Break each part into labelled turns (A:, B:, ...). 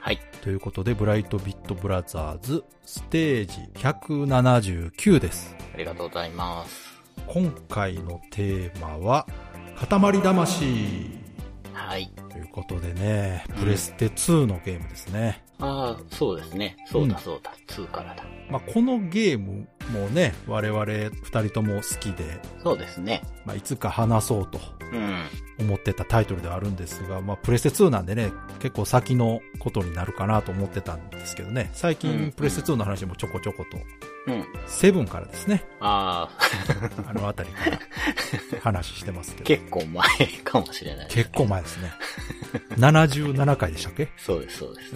A: はい。
B: ということで、ブライトビットブラザーズステージ179です。
A: ありがとうございます。
B: 今回のテーマは、塊魂
A: はい。
B: ということでね、プレステ2のゲームですね。
A: ああ、そうですね。そう
B: う
A: だ
B: ん
A: そうだ。2からだ。
B: まあ、このゲームもね、我々二人とも好きで、
A: そうですね。
B: まあ、いつか話そうと
A: うん。
B: 思ってたタイトルではあるんですが、まあ、プレステ2なんでね、結構先のことになるかなと思ってたんですけどね、最
A: う
B: 近
A: ん
B: プレステ2の話もちょこちょこと、
A: うん。
B: セブンからです ね、
A: ああ、
B: あのあたりから話してますけど、
A: 結構前かもしれない。
B: 結構前ですね。77回でしたっけ
A: そうですそうです。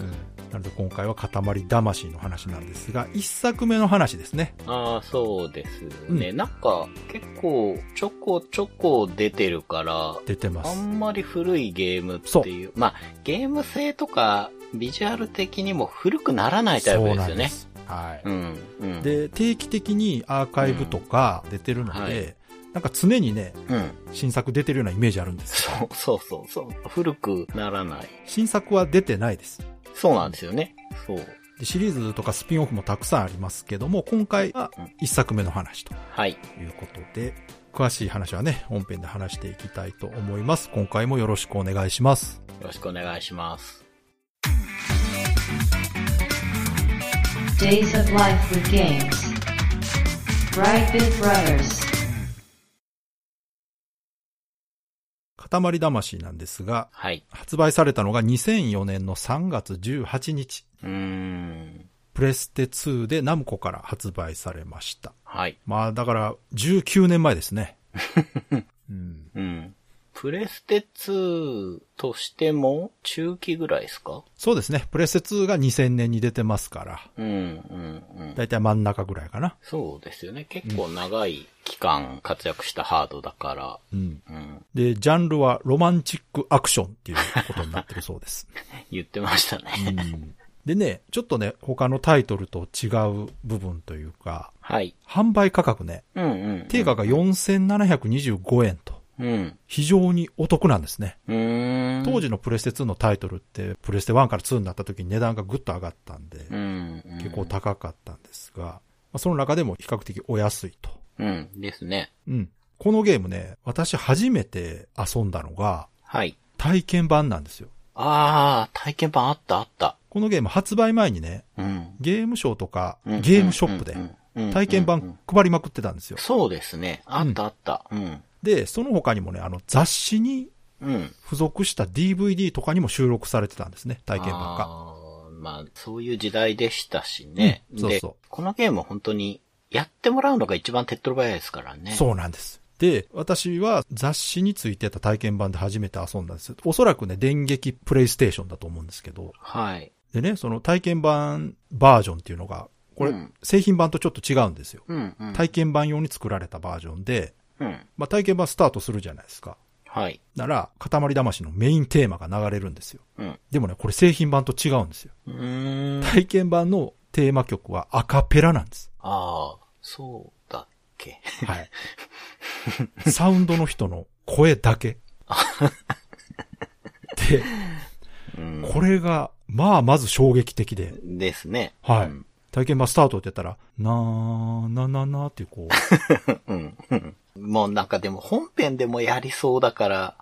B: なので今回は塊魂の話なんですが、一作目の話ですね。
A: ああ、そうですね。なんか、結構、ちょこちょこ出てるから、
B: 出てま
A: あ
B: す。
A: んまり古いゲームっていう。まあ、ゲーム性とか、ビジュアル的にも古くならないタイプ
B: そう
A: で
B: な
A: す
B: ん
A: よ
B: で
A: ね。
B: す。はい。
A: うん。うん。
B: で、定期的にアーカイブとか出てるので、
A: うんはい
B: なんか常にね、
A: うん。
B: 新作出てるようなイメージあるんですよ。
A: そうそうそうそう。古くならない。
B: 新作は出てないです。
A: そうなんですよね。そう。
B: でシリーズとかスピンオフもたくさんありますけども、今回は1作目の話と
A: はい。
B: いうことで、詳しい話はね、本編で話していきたいと思います。今回もよろしくお願いします。
A: よろしくお願いします。
C: Days of Life with Games. Brightbit Brothers.
B: 塊魂なんですが、
A: はい。
B: 発売されたのが2004年の3月18日、
A: うーん。
B: プレステ2でナムコから発売されました。
A: はい。
B: まあだから19年前ですね。うん、
A: うん。プレステ2としても中期ぐらいですか
B: そうですね。プレステ2が2000年に出てますから、
A: うん、うん、うん。
B: だいたい真ん中ぐらいかな。
A: そうですよね。結構長い期間活躍したハードだか
B: うん。
A: ら、うん。
B: で、ジャンルはロマンチックアクションっていうことになってるそうです。
A: 言ってました
B: う
A: ね。
B: ん、でね、ちょっとね、他のタイトルと違う部分というか、
A: はい。
B: 販売価格ね、
A: うん、うん。
B: 定価が4725円と、
A: うん。
B: 非常にお得なんですね。
A: うーん。
B: 当。時のプレステ2のタイトルって、プレステ1から2になった時に値段がぐっと上がったんで、
A: うん、うん。
B: 結構高かったんですが、まあその中でも比較的お安いと。
A: うん。ですね。
B: うん。このゲームね、私初めて遊んだのが
A: はい。
B: 体験版なんですよ。
A: あー、体験版あったあった。
B: このゲーム発売前にね、
A: うん。
B: ゲームショーとか
A: うん
B: ゲームショップで
A: うんうんうん
B: 体験
A: うんうん
B: 版配りまくってたんですよ。
A: そうですね。あったあった。うん。
B: で、その他にもね、あの雑誌に
A: うん。
B: 付属した DVD とかにも収録されてたんですね、体験版が。
A: あーまあ、そういう時代でしたしね。
B: うんそうそう
A: で、このゲームは本当に、やってもらうのが一番手っ取り早いですからね。う。
B: そうなんです。で、私は雑誌についてた体験版で初めて遊んだんです。おそらくね、電撃プレイステーションだと思うんですけど、
A: はい。
B: でね、その体験版バージョンっていうのが、これ、
A: うん
B: 製品版とちょっと違うんですよ。
A: うん、うん。
B: 体験版用に作られたバージョンで、
A: うん。
B: まあ、体験版スタートするじゃないですか。
A: はい。
B: なら、塊魂のメインテーマが流れるんですよ。
A: うん。
B: でもね、これ製品版と違うんですよ。
A: うーん。
B: 体験版のテーマ曲はアカペラなんです。
A: ああ、そうだっけ。
B: はい。 サウンドの人の声だけ。で、
A: うん。
B: これが、まあまず衝撃的で、
A: ですね。
B: はい。
A: うん
B: 体験版スタートって言ったら、なーなななーっていうこ う、
A: うん。うんもうなんかでも本編でもやりそうだから、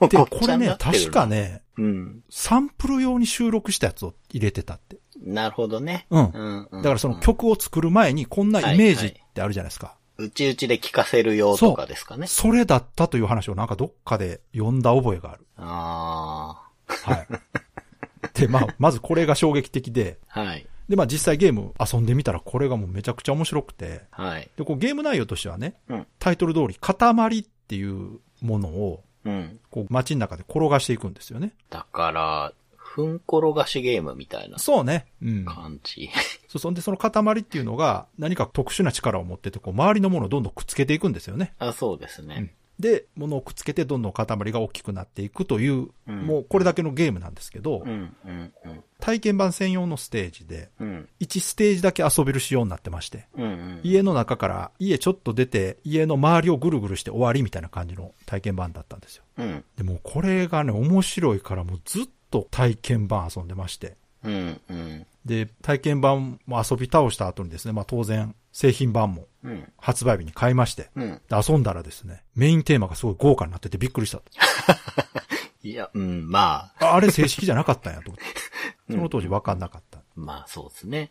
A: こ
B: で、これね、確か
A: ね。
B: ね、
A: うん。
B: サンプル用に収録したやつを入れてたって。
A: なるほどね。
B: うん
A: うんうん
B: だからその曲を作る前にこんなイメージってあるじゃないですか。
A: うちうちで聞かせるよとかですかね。
B: それだったという話をなんかどっかで読んだ覚えがある。
A: あ
B: はい。で、まあ、まずこれが衝撃的で、
A: あ。はい。
B: で、まあ実際ゲーム遊んでみたらこれがもうめちゃくちゃ面白くて、
A: はい。
B: で、こうゲーム内容としてはね、
A: うん
B: タイトル通り塊っていうものを、
A: うん。
B: こう街の中で転がしていくんですよね。
A: だから、ふんころがしゲームみたいな
B: そうね。うん。
A: 感じ。
B: そう、そんでその塊っていうのが何か特殊な力を持ってて、こう、周りのものをどんどんくっつけていくんですよね。
A: あそうですね。
B: で、物をくっつけてどんどん塊が大きくなっていくという、
A: うん
B: もうこれだけのゲームなんですけど、
A: うん、うん、うん。
B: 体験版専用のステージで、
A: うん、
B: 1ステージだけ遊べる仕様になってまして、
A: うん、うん。
B: 家の中から家ちょっと出て、家の周りをぐるぐるして終わりみたいな感じの体験版だったんですよ。
A: うん、
B: でもうこれがね、面白いからもうずっと体験版遊んでまして、
A: うん、うん。
B: で、体験版も遊び倒した後にですね、まあ当然、製品版も
A: うん、
B: 発売日に買いまして、
A: うん。
B: で遊んだらですね、メインテーマがすごい豪華になっててびっくりしたと。
A: いや、うん、まあ、
B: ああれ正式じゃなかったんやと思って。その当時分かんなかった。
A: まあそうですね。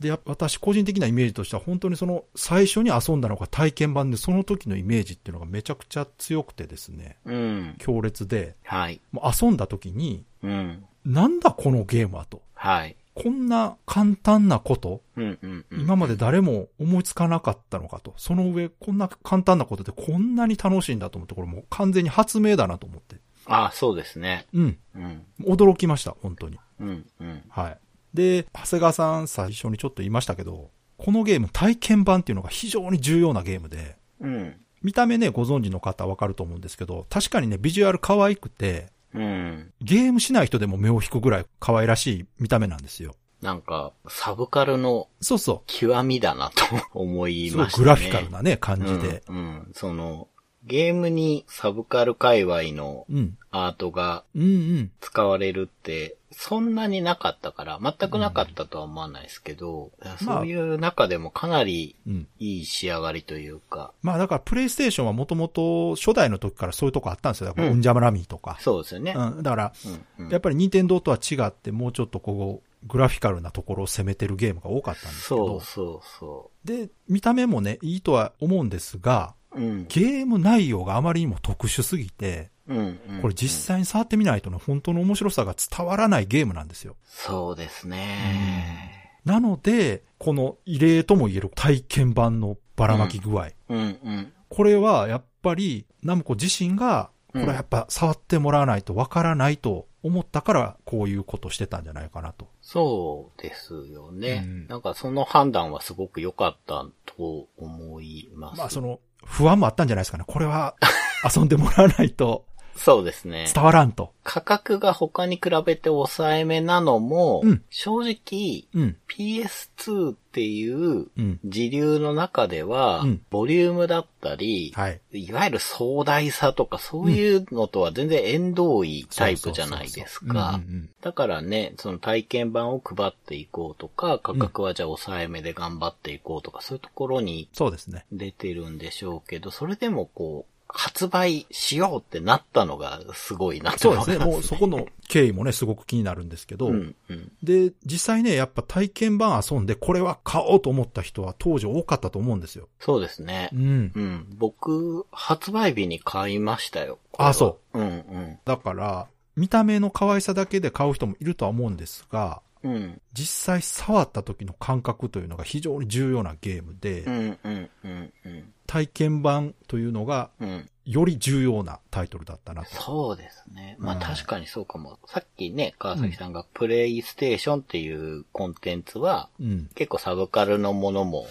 B: で、やっぱ私個人的なイメージとしては本当にその最初に遊んだのが体験版でその時のイメージっていうのがめちゃくちゃ強くてですね、
A: うん。
B: 強烈で、
A: はい。
B: もう遊んだ時に、
A: うん。
B: なんだこのゲームはと。
A: はい。
B: こんな簡単なこと、
A: うん、うん、うん。
B: 今まで誰も思いつかなかったのかと。その上、こんな簡単なことでこんなに楽しいんだと思って、これもう完全に発明だなと思って。
A: あそうですね。
B: うん。
A: うん、
B: 驚きました、本当に。
A: うん、うん。
B: はい。で、長谷川さん最初にちょっと言いましたけど、このゲーム体験版っていうのが非常に重要なゲームで、
A: うん、
B: 見た目ね、ご存知の方わかると思うんですけど、確かにね、ビジュアル可愛くて、
A: うん。
B: ゲームしない人でも目を引くぐらい可愛らしい見た目なんですよ。
A: なんか、サブカルの
B: そうそ
A: 極みだなと思
B: う。
A: い
B: すごい
A: ましたね。
B: グラフィカルなね、感じ
A: 感じ
B: で
A: で。。うん、その、ゲームにサブカル界隈の
B: うん。
A: アートが
B: うんうん。
A: 使われるって、そんなになかったから、全くなかったとは思わないですけど、そういう中でもかなり
B: うん。
A: いい仕上がりというか、
B: まあだから、プレイステーションはもともと初代の時からそういうとこあったんですよ。だから、
A: うん
B: オンジャムラミーとか。
A: そうですよね。
B: うん。だから、
A: うん、うん。
B: やっぱり任天堂とは違って、もうちょっとこう、グラフィカルなところを攻めてるゲームが多かったんですけ
A: そ
B: ど
A: う、そうそ
B: で、見た目もね、いいとは思うんですが、
A: う。うん。
B: ゲーム内容があまりにも特殊すぎて、
A: うん、うん。
B: これ実際に触ってみないとね、本当の面白さが伝わらないゲームなんですよ。
A: そうですね。
B: なので、この異例とも言える体験版のばらまき具合。
A: うん、うん。
B: これはやっぱり、ナムコ自身が、これはやっぱ触ってもらわないとわからないと思ったから、こういうことしてたんじゃないかなと。
A: そうですよね。
B: うん
A: なんかその判断はすごく良かったと思います。
B: まあその、不安もあったんじゃないですかね。これは 遊んでもらわないと
A: そうですね。
B: 伝わらんと。
A: 価格が他に比べて抑えめなのも、
B: うん
A: 正直
B: うん、
A: PS2 っていう
B: うん。
A: 時流の中では、
B: うん
A: ボリュームだったり、
B: はい。
A: いわゆる壮大さとかそういうのとは全然縁遠いタイプじゃないです
B: う
A: か
B: ん。うんうん
A: だからね、その体験版を配っていこうとか、価格はじゃあ抑えめで頑張っていこうとか、そういうところに
B: そうですね。
A: 出てるんでしょうけど、それでもこう、発売しようってなったのがすごいなと
B: そう
A: 思い
B: で
A: ますす、
B: ね。もうそこの経緯もね、すごく気になるんですけど、
A: うん、うん。
B: で、実際ね、やっぱ体験版遊んで、これは買おうと思った人は当時多かったと思うんですよ。
A: そうですね
B: う。ん
A: う。ん。僕、発売日に買いましたよ。。
B: あ、そう
A: うん、うん。
B: う。だから、見た目の可愛さだけで買う人もいるとは思うんですが、
A: うん、
B: 実際触った時の感覚というのが非常に重要なゲームで、
A: うん、うん、うん、うん。
B: 体験版というのが
A: うん。
B: より重要なタイトルだったなと。
A: そうですね。まあ
B: うん
A: 確かにそうかも。さっきね、川崎さんがプレイステーションっていうコンテンツは、
B: うん。
A: 結構サブカルのものも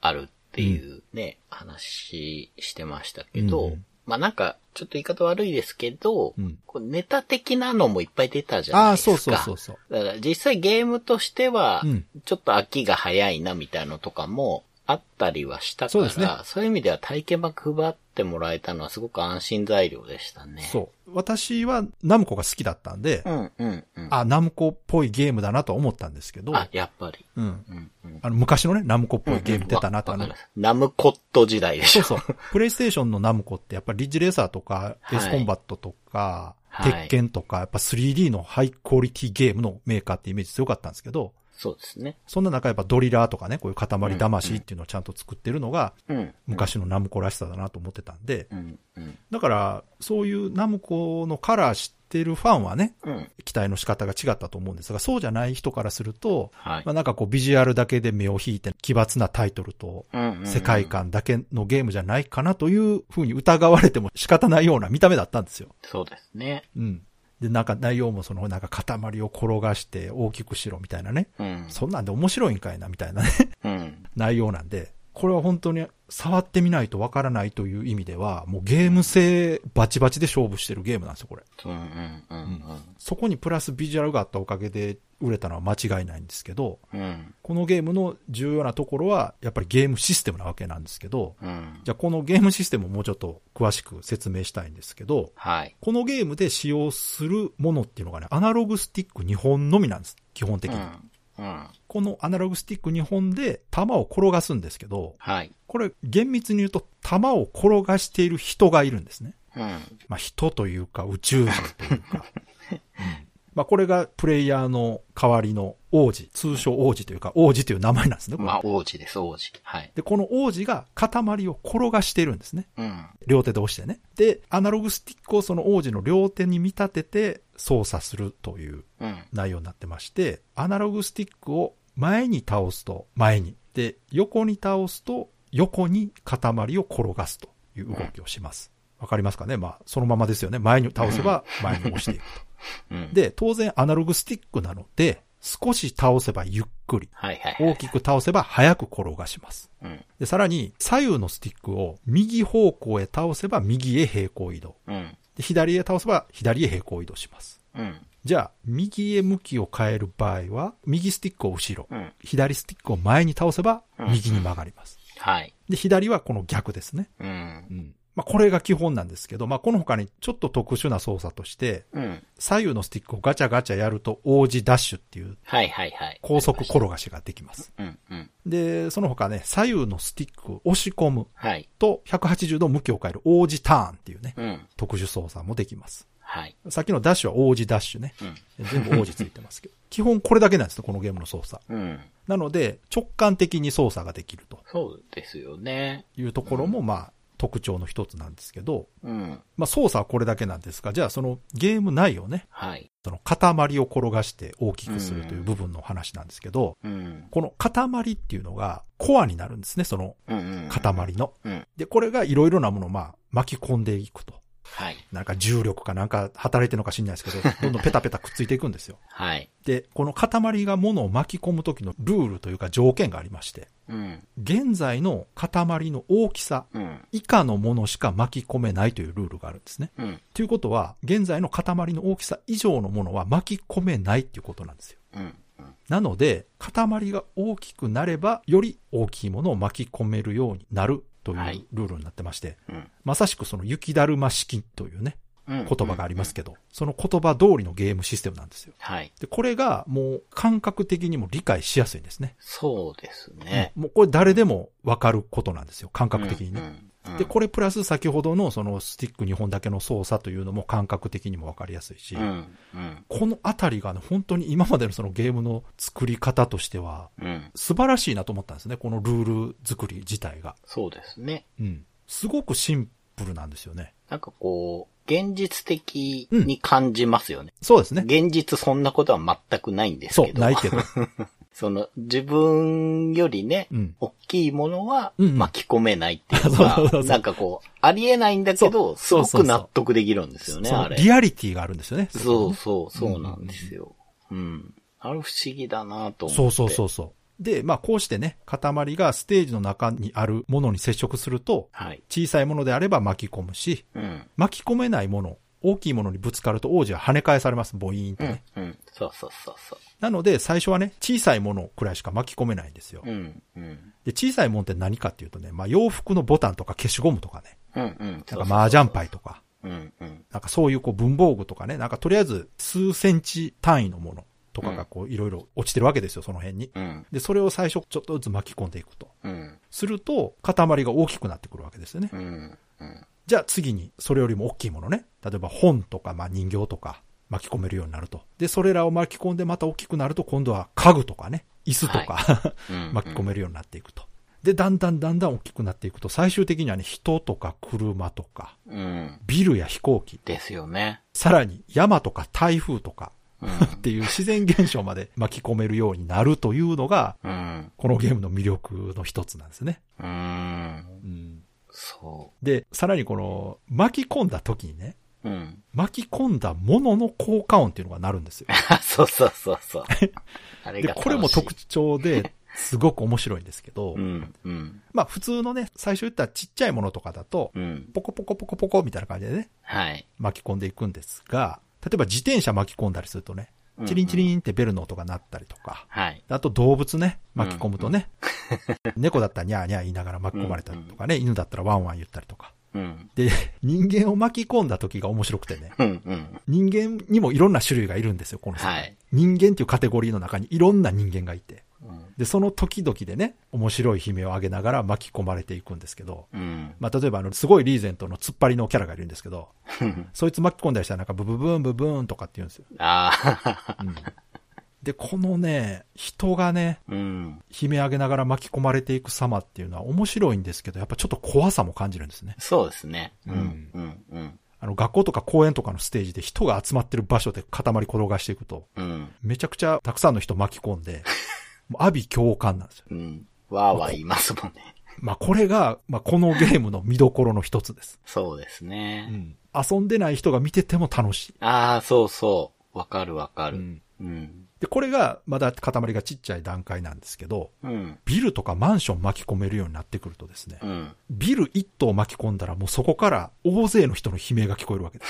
A: あるっていうね、話してましたけど、
B: うんうん
A: まあなんか、ちょっと言い方悪いですけど、
B: うん
A: こうネタ的なのもいっぱい出たじゃ
B: あ
A: ない
B: あ、
A: ですか。
B: そうそうそうそう。
A: だから実際ゲームとしては
B: うん、
A: ちょっと飽きが早いなみたいなのとかもあったりはしたから、
B: そ
A: そうう
B: ですね
A: いう意味では体験版配ってもらえたのはすごく安心材料でしたね。
B: そう。私はナムコが好きだったんで、
A: うんうんうん。あ、
B: あ、ナムコっぽいゲームだなとは思ったんですけど、
A: やっぱり。
B: うん。
A: うんうん。
B: あの、昔のね、ナムコっぽいゲーム出たなと、
A: わ
B: あ
A: わ
B: の
A: かりま、すナムコット時代でし
B: そう
A: ょ。
B: そう。プレイステーションのナムコってやっぱりリッジレーサーとか、
A: はい
B: エースコンバットとか、
A: はい
B: 鉄拳とか、やっぱ 3D のハイクオリティゲームのメーカーってイメージ強かったんですけど、
A: そうですね。
B: そんな中やっぱドリラーとかね、こういう塊魂っていうのをちゃんと作ってるのが、
A: うん。
B: 昔のナムコらしさだなと思ってたんで、
A: うんうん
B: だから、そういうナムコのカラー知ってるファンはね、
A: うん。
B: 期待の仕方が違ったと思うんですが、そうじゃない人からすると、
A: はい
B: まあ、なんかこうビジュアルだけで目を引いて奇抜なタイトルと
A: うんうんうん
B: 世界。観だけのゲームじゃないかなというふうに疑われても仕方ないような見た目だったんですよ。
A: そうですね。
B: うん。で、なんか内容もその、なんか塊を転がして大きくしろみたいなね。
A: うん。
B: そんなんで面白いんかいな、みたいなね、
A: うん。
B: 内容なんで。これは本当に触ってみないとわからないという意味では、もうゲーム性バチバチで勝負してるゲームなんですよ、これ。
A: うんうんうん
B: そこにプラスビジュアルがあったおかげで売れたのは間違いないんですけど、
A: うん。うん。
B: このゲームの重要なところは、やっぱりゲームシステムなわけなんですけど、
A: うん。
B: じゃあこのゲームシステムをもうちょっと詳しく説明したいんですけど、
A: はい。
B: このゲームで使用するものっていうのがね、アナログスティック2本のみなんです。基本
A: う
B: 的
A: ん
B: に。。
A: うん。
B: このアナログスティック2本で弾を転がすんですけど、
A: はい。
B: これ厳密に言うと弾を転がしている人がいるんですね。
A: うん。
B: まあ人というか宇宙人というか。うんまあこれがプレイヤーの代わりの王子、通称王子というか王子という名前なんですね。これ
A: まあ、王子です、王子。はい。
B: で、この王子が塊を転がしているんですね。
A: うん。
B: 両手で押してね。で、アナログスティックをその王子の両手に見立てて操作するという
A: うん。
B: 内容になってまして、アナログスティックを前に倒すと前に、で、横に倒すと横に塊を転がすという動きをします。わかりますかねまあ、そのままですよね。前に倒せば前に押していく
A: うん
B: と。、で、当然アナログスティックなので、少し倒せばゆっくり、
A: はいはいはい。
B: 大きく倒せば早く転がします。
A: うん。
B: で、さらに、左右のスティックを右方向へ倒せば右へ平行移動。
A: うん。
B: で、左へ倒せば左へ平行移動します。
A: うん。
B: じゃあ、右へ向きを変える場合は、右スティックを後ろ、
A: うん。
B: 左スティックを前に倒せば、右に曲がります。
A: はい。
B: で、左はこの逆ですね。
A: うん。
B: まあ、これが基本なんですけど、まあ、この他にちょっと特殊な操作として、
A: うん。
B: 左右のスティックをガチャガチャやると、王子ダッシュっていう
A: はいはいはい。
B: 高速転がしができます。
A: うん。うん。
B: で、その他ね、左右のスティックを押し込む
A: はい。
B: と、180度向きを変える王子ターンっていうね、
A: うん。
B: 特殊操作もできます。
A: はい。
B: さっきのダッシュは王子ダッシュね。
A: うん。
B: 全部王子ついてますけど。 基本これだけなんですよ、このゲームの操作。
A: うん。
B: なので、直感的に操作ができると
A: そうですよね。
B: いうところも、まあ、特徴の一つなんですけど、
A: うん。
B: まあ、操作はこれだけなんですが、じゃあそのゲーム内容ね、
A: はい。
B: その塊を転がして大きくするという部分の話なんですけど、
A: うん。
B: この塊っていうのがコアになるんですね、その
A: うん。うん。
B: 塊の
A: うん。
B: で、これがいろいろなものをまあ、巻き込んでいくと。
A: はい。
B: なんか重力かなんか働いてるのか知んないですけど、どんどんペタペタくっついていくんですよ。
A: はい。
B: で、この塊が物を巻き込む時のルールというか条件がありまして、
A: うん。
B: 現在の塊の大きさ
A: うん。
B: 以下のものしか巻き込めないというルールがあるんですね。
A: うん。
B: ということは、現在の塊の大きさ以上のものは巻き込めないっていうことなんですよ。
A: うん。
B: なので、塊が大きくなれば、より大きいものを巻き込めるようになるとい
A: は
B: う
A: い
B: ルールになってまして、
A: うん。
B: まさしくその雪だるま式というね、
A: うん。
B: 言葉があります
A: け
B: けど、その言葉通りのゲームシステムなんですよ。
A: ど。はい。
B: で、これがもう感覚的にも理解しやすいんですね。
A: そうですね。
B: もうこれ誰でもわかることなんですよ、感覚的にね。
A: うん。うん
B: で、これプラス先ほどのそのスティック2本だけの操作というのも感覚的にもわかりやすいし、
A: うん。うん。
B: このあたりがね、本当に今までのそのゲームの作り方としては
A: うん。
B: 素晴らしいなと思ったんですね、このルール作り自体が。
A: そうですね。
B: うん。すごくシンプルなんですよね。
A: なんかこう、現実的に感じますよね。
B: そうですね。
A: 現実そんなことは全くないんです
B: そ
A: け
B: う、
A: ど。
B: ないけど。
A: その、自分よりね、
B: うん
A: 大きいものは
B: うんうん
A: 巻き込めないっていう
B: そうそうそ
A: か
B: う、
A: なんかこう、ありえないんだけど、す
B: そうそ
A: ご
B: うそう
A: く納得できるんですよね、
B: そ
A: あ
B: の
A: れ。
B: リアリティがあるんですよね。
A: そうそう、そうなんですよ。うん。あれ不思議だなと思って。
B: そうそうそうそう。で、まあこうしてね、塊がステージの中にあるものに接触すると、
A: はい。
B: 小さいものであれば巻き込むし、
A: うん。
B: 巻き込めないもの、大きいものにぶつかると王子は跳ね返されます、ボイーンと
A: う
B: ね。
A: ん。うん。そうそうそうそ
B: なので最初はね、小さいものくらいしか巻き込めないんですよ
A: う。う。ん。うん。
B: で、小さいものって何かっていうとね、まあ洋服のボタンとか消しゴムとかね、
A: うんうん。
B: なんか麻雀パ
A: イ。
B: イとか、
A: うんうん。
B: なんかそういうこう文房具とかね、なんかとりあえず数センチ単位のものとかがこういろいろ落ちてるわけですよ、その辺に。
A: うん。
B: で、それを最初ちょっとずつ巻き込んでいくと。
A: うん。
B: すると、塊が大きくなってくるわけですよね
A: う。ん。うん。
B: じゃあ次に、それよりも大きいものね。例えば本とか、まあ人形とか、巻き込めるようになると。で、それらを巻き込んでまた大きくなると、今度は家具とかね、椅子とか、
A: うん。
B: 巻き込めるようになっていくと。で、だんだんだんだん大きくなっていくと、最終的にはね、人とか車とか、
A: うん。
B: ビルや飛行機、
A: ですよね。
B: さらに山とか台風とか、
A: う
B: っていう自然現象まで巻き込めるようになるというのが、
A: ん。うん。
B: このゲームの魅力の一つなんですね。
A: うん。そう。
B: で、さらにこの、巻き込んだ時にね、
A: うん。
B: 巻き込んだものの効果音っていうのがなるんですよ。
A: あ、そうそうそうそう。あれ
B: で、
A: が
B: これも特
A: 徴。
B: 徴ですごく面白いんですけど、
A: うん、うん、
B: まあ普通のね、最初言ったちっちゃいものとかだと、
A: うん。
B: ポコポコポコポコみたいな感じでね、
A: はい。
B: 巻き込んでいくんですが、例えば自転車巻き込んだりするとね
A: うんう、ん
B: チリンチリンってベルの音が鳴ったりとか、
A: はい。
B: あと動物ね、巻き込むとね、 猫だったらニャーニャー言いながら巻き込まれたりとかね、犬だったらワンワン言ったりとか。
A: うん、
B: で、人間を巻き込んだ時が面白くてね、
A: うん、うん。
B: 人間にもいろんな種類がいるんですよ、この世界。
A: はい
B: 人間っていうカテゴリーの中にいろんな人間がいて。
A: うん
B: で、その時々でね、面白い悲鳴を上げながら巻き込まれていくんですけど、
A: うん。
B: まあ、例えばあの、すごいリーゼントの突っ張りのキャラがいるんですけど、
A: うん
B: そいつ巻き込んだりしたらなんかブブブーンブブーンとかって言うんですよ。
A: ああ、
B: うんで、このね、人がね、
A: うん。
B: 悲鳴上げながら巻き込まれていく様っていうのは面白いんですけど、やっぱちょっと怖さも感じるんですね。
A: そうですね。う
B: うん
A: ん、うん、うん。
B: あの、学校とか公園とかのステージで人が集まってる場所で塊転がしていくと、
A: うん、
B: めちゃくちゃたくさんの人巻き込んで、 もう阿鼻共感なんですよ。
A: うん。わーわー言いますもんね。
B: まあこれが、まあこのゲームの見どころの一つです。
A: そうですね。
B: 遊んでない人が見てても楽しい。
A: ああ、そうそう。わかるわかる。うん、
B: で、これがまだ塊がちっちゃい段階なんですけど、
A: うん、
B: ビルとかマンション巻き込めるようになってくるとですね、
A: うん。
B: ビル一棟巻き込んだらもうそこから大勢の人の悲鳴が聞こえるわけで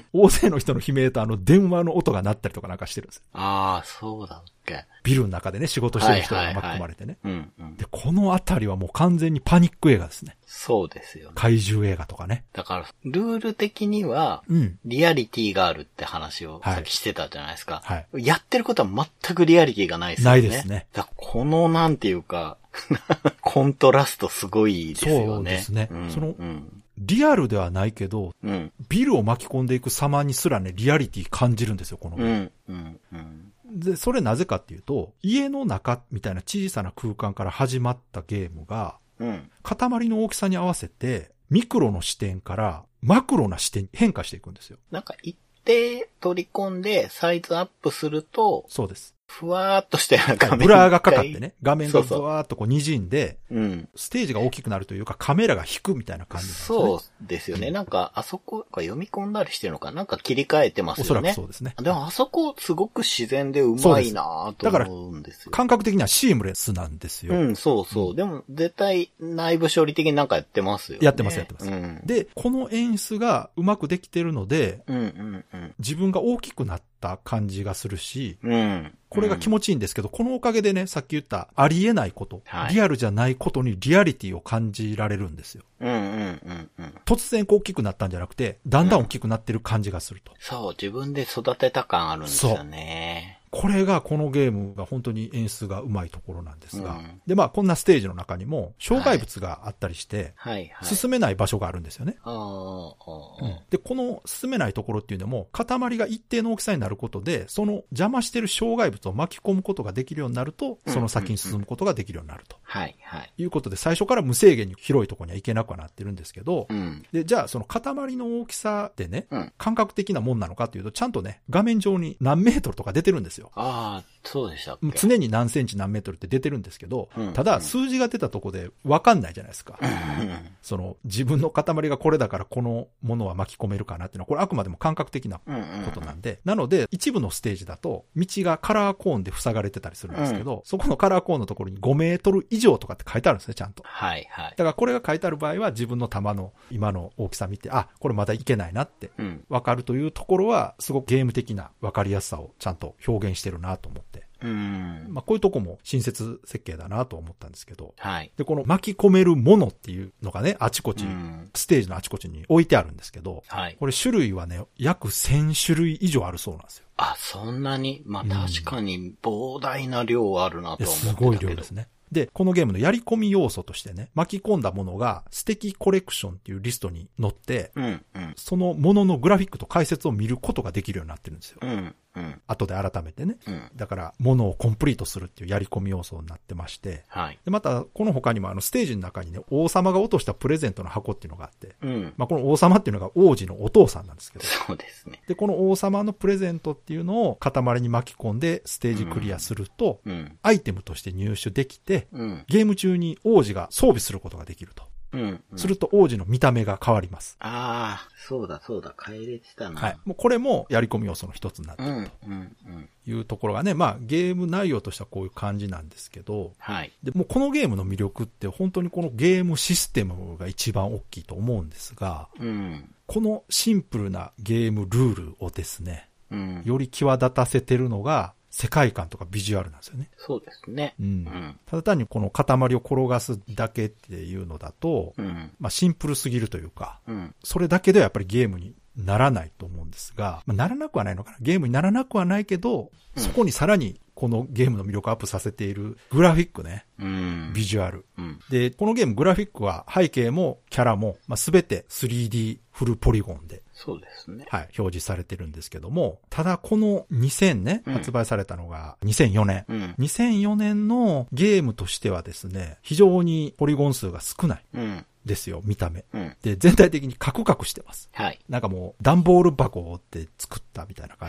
B: す。 大勢の人の悲鳴とあの電話の音が鳴ったりとかなんかしてるんですよ。
A: ああ、そうだっけ。
B: ビルの中でね、仕事してる人が巻き込まれてね。
A: うん、うん。
B: で、このあたりはもう完全にパニック映画ですね。
A: そうですよね。
B: 怪獣映画とかね。
A: だから、ルール的には、
B: うん。
A: リアリティがあるって話を
B: はい
A: さっきしてたじゃないですか。
B: はい
A: やってることは全くリアリティがないですよね。
B: ないですね。
A: だからこのなんていうか、 コントラストすごいですよね。
B: そうですね
A: ん、
B: その
A: うん。
B: リアルではないけど、
A: うん。
B: ビルを巻き込んでいく様にすらね、リアリティ感じるんですよ、この。
A: うん。うん。うん。
B: で、それなぜかっていうと、家の中みたいな小さな空間から始まったゲームが、
A: うん。
B: 塊の大きさに合わせて、ミクロの視点からマクロな視点に変化していくんですよ。
A: なんか一定取り込んでサイズアップすると、
B: そうです。
A: ふわーっとしたような画面
B: ブラーがかかってね、画面が
A: そうそう
B: ブワーっとこう滲んで、
A: うん。
B: ステージが大きくなるというかカメラが引くみたいな感じなんですよね。
A: そうですよね。なんか、あそこが読み込んだりしてるのかなんか切り替えてます
B: お
A: よね。
B: そらくそうですね。
A: でもあそこすごく自然でうまいなぁと
B: そうですだから
A: 思うんですよ。
B: 感覚的にはシームレスなんですよ。
A: うん、そうそう。でも絶対内部処理的になんかやってますよ、ね。
B: やってますやってます
A: うん。
B: で、この演出がうまくできてるので、
A: うんうんうん。
B: 自分が大きくなった感じがするし、
A: うん。
B: これが気
A: 持
B: 持ちいいんですけど、このおかげでね、さっき言ったありえないこと、
A: はい
B: リアルじゃないことにリアリティを感じられるんですよ。
A: うんうんうんうん。
B: 突然こう大きくなったんじゃなくて、だんだん大きくなってる感じがすると。
A: そう、自分で育てた感あるんですよね。
B: これがこのゲームが本当に演出がうまいところなんですが、
A: うん
B: で、まあこんなステージの中にも障害物があったりして、
A: はいはい。
B: 進めない場所があるんですよね。
A: ああ、ああ、
B: で、この進めないところっていうのも、塊が一定の大きさになることで、その邪魔してる障害物を巻き込むことができるようになると、その先に進むことができるようになると。
A: はいはい。
B: いうことで、最初から無制限に広いところには行けなくはなってるんですけど
A: う、ん。
B: で、じゃあその塊の大きさでね
A: うん、
B: 感覚的なもんなのかっていうと、ちゃんとね、画面上に何メートルとか出てるんですよ。
A: ああ、そうでしたっけ。
B: 常に何センチ何メートルって出てるんですけど
A: う、ん
B: ただ数字が出たとこでわかんないじゃないですか。
A: うん
B: その自分の塊がこれだからこのものは巻き込めるかなっていうのは、これあくまでも感覚的な
A: うんうん。
B: ことなんで、なので、一部のステージだと、道がカラーコーンで塞がれてたりするんですけど、そこのカラーコーンのところに5メートル以上とかって書いてあるんですね、ちゃんと。
A: はいはい。
B: だからこれが書いてある場合は、自分の球の今の大きさ見て、あ、これまだいけないなって。
A: うん。
B: わかるというところは、すごくゲーム的なわかりやすさをちゃんと表現してるなと思って。
A: うん。
B: まあこういうとこも親切設計だなと思ったんですけど。
A: はい。
B: で、この巻き込めるものっていうのがね、あちこ
A: う
B: ち、
A: ん。
B: ステージのあちこちに置いてあるんですけど、
A: はい。
B: これ種類はね、約1000種類以上あるそうなんですよ。
A: あ、そんなに、まあ、
B: うん
A: 確かに膨大な量あるなと
B: いや
A: は
B: す
A: 思
B: ごい
A: って
B: 量
A: たけ
B: で
A: ど
B: す。ね。で、このゲームのやり込み要素としてね、巻き込んだものが素敵コレクションっていうリストに載って、
A: うん、うん、
B: そのもののグラフィックと解説を見ることができるようになってるんですよ。
A: うん、うん、
B: 後で改めてね。
A: うん。
B: だから、ものをコンプリートするっていうやり込み要素になってまして、
A: はい。
B: で、また、この他にもあの、ステージの中にね、王様が落としたプレゼントの箱っていうのがあって、
A: うん。
B: まあ、この王様っていうのが王子のお父さんなんですけど、
A: そうですね。
B: で、この王様のプレゼントっていうのを塊に巻き込んでステージクリアすると、
A: うん、
B: アイテムとして入手できて、
A: うん。
B: ゲーム中に王子が装備することができると。
A: うん、うん。
B: すると王子の見た目が変わります。
A: ああ、そうだそうだ、帰れてたな。
B: はい。もうこれもやり込み要素の一つになって
A: う
B: いる
A: ん、うん、うん。
B: というところがね、まあゲーム内容としてはこういう感じなんですけど、
A: はい。
B: で、もうこのゲームの魅力って本当にこのゲームシステムが一番大きいと思うんですが、
A: うん。
B: このシンプルなゲームルールをですね、
A: うん。
B: より際立たせてるのが世界観とかビジュアルなんですよね。
A: そうですね。
B: う。
A: うんん。
B: ただ単にこの塊を転がすだけっていうのだと、
A: うん。
B: まあシンプルすぎるというか、
A: うん。
B: それだけではやっぱりゲームにならないと思うんですが、まあ、ならなくはないのかな。ゲームにならなくはないけど、
A: うん
B: そこにさらにこのゲームの魅力をアップさせているグラフィックね、
A: うん。
B: ビジュアル。
A: うん。
B: で、このゲームグラフィックは背景もキャラも、まあ、全て 3D フルポリゴンで
A: そうですね。
B: はい、表示されてるんですけども、ただこの2000ね、
A: うん
B: 発売されたのが2004年。
A: うん。
B: 2004年のゲームとしてはですね、非常にポリゴン数が少ない
A: うん。
B: ですよ、見た目。
A: うん。
B: で、全体的にカクカクしてます。
A: はい。
B: なんかもう、段ボール箱を折って作ったみたいな感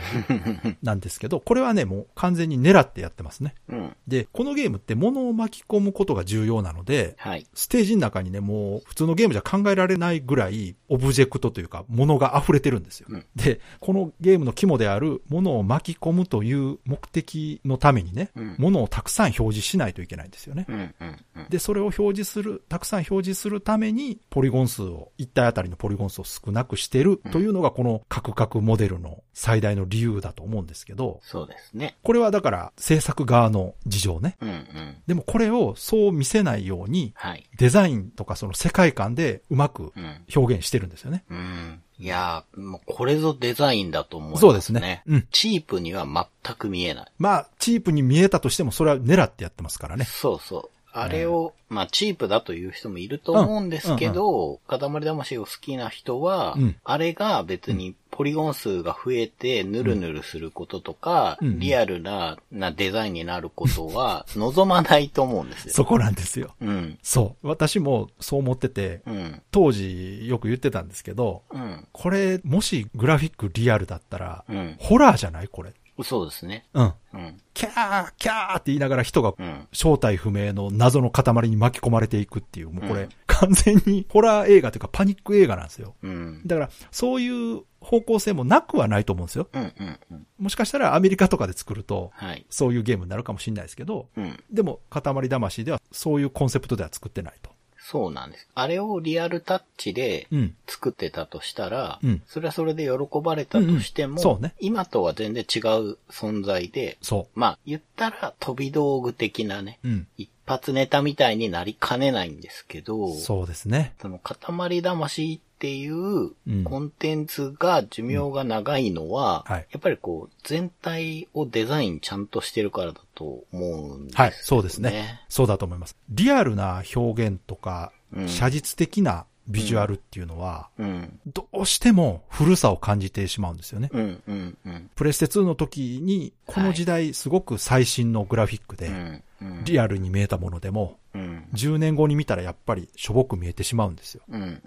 B: じ なんですけど、これはね、もう完全に狙ってやってますね。
A: うん。
B: で、このゲームって物を巻き込むことが重要なので、
A: はい。
B: ステージの中にね、もう普通のゲームじゃ考えられないぐらい、オブジェクトというか、ものが溢れてるんですよ。
A: うん
B: で、このゲームの肝である、ものを巻き込むという目的のためにね、
A: うん
B: ものをたくさん表示しないといけないんですよね。
A: うん。うん。うん。
B: で、それを表示する、たくさん表示するために、ポリゴン数を、一体あたりのポリゴン数を少なくしてるというのが、このカクカクモデルの最大の理由だと思うんですけど、
A: そうですね。
B: これはだから制作側の事情ね。
A: うん。うん。
B: でもこれをそう見せないように、
A: はい。
B: デザインとかその世界観でうまく
A: うん。
B: 表現してるんですよね。
A: うん。いやー、もうこれぞデザインだと思いますね。
B: そうですね。。うん。
A: チープには全く見えない。
B: まあ、チープに見えたとしてもそれは狙ってやってますからね。
A: そうそう。あれを、まあ、チープだという人もいると思うんですけど、塊魂を好きな人は、
B: うん
A: あれが別にポリゴン数が増えてヌルヌルすることとか、
B: うん
A: リアルななデザインになること は望まないと思うんですよ。
B: そこなんですよ。
A: うん。
B: そう。私もそう思ってて、
A: うん。
B: 当時よく言ってたんですけど、
A: うん。
B: これ、もしグラフィックリアルだったら、
A: うん。
B: ホラーじゃないこれ。
A: そうですね。
B: うん。
A: うん。
B: キャー、キャーって言いながら人が
A: うん。
B: 正体不明の謎の塊に巻き込まれていくっていう、もうこれ、
A: うん
B: 完全にホラー映画というかパニック映画なんですよ。
A: うん。
B: だから、そういう方向性もなくはないと思うんですよ。
A: うん。うん。うん。
B: もしかしたらアメリカとかで作ると、
A: はい。
B: そういうゲームになるかもしれないですけど、
A: うん。
B: でも、塊魂ではそういうコンセプトでは作ってないと。
A: そうなんです。あれをリアルタッチで、
B: うん。
A: 作ってたとしたら、
B: うん
A: それはそれで喜ばれたとしても、
B: うんうんそうね
A: 今とは全然違う存在で、
B: そ
A: まあ言ったら飛び道具的なね、
B: う。うん。
A: 一発ネタみたいになりかねないんですけど、
B: そうですね。
A: その塊魂っていう
B: うん
A: コンテンツが寿命が長いのは、
B: うんはい
A: やっぱりこう全体をデザインちゃんとしてるからだと思うんですよ
B: はい、そうですね。そうだと思います。リアルな表現とか、
A: うん
B: 写実的なビジュアルっていうのは、
A: うん。
B: どうしても古さを感じてしまうんですよね。
A: うん、うん、うん。
B: プレステ2の時に、この時代すごく最新のグラフィック
A: う
B: で、
A: ん、うん。
B: リアルに見えたものでも、
A: うん、
B: 10年後に見たらやっぱりしょぼく見えてしまうんですよ。
A: うん、うん、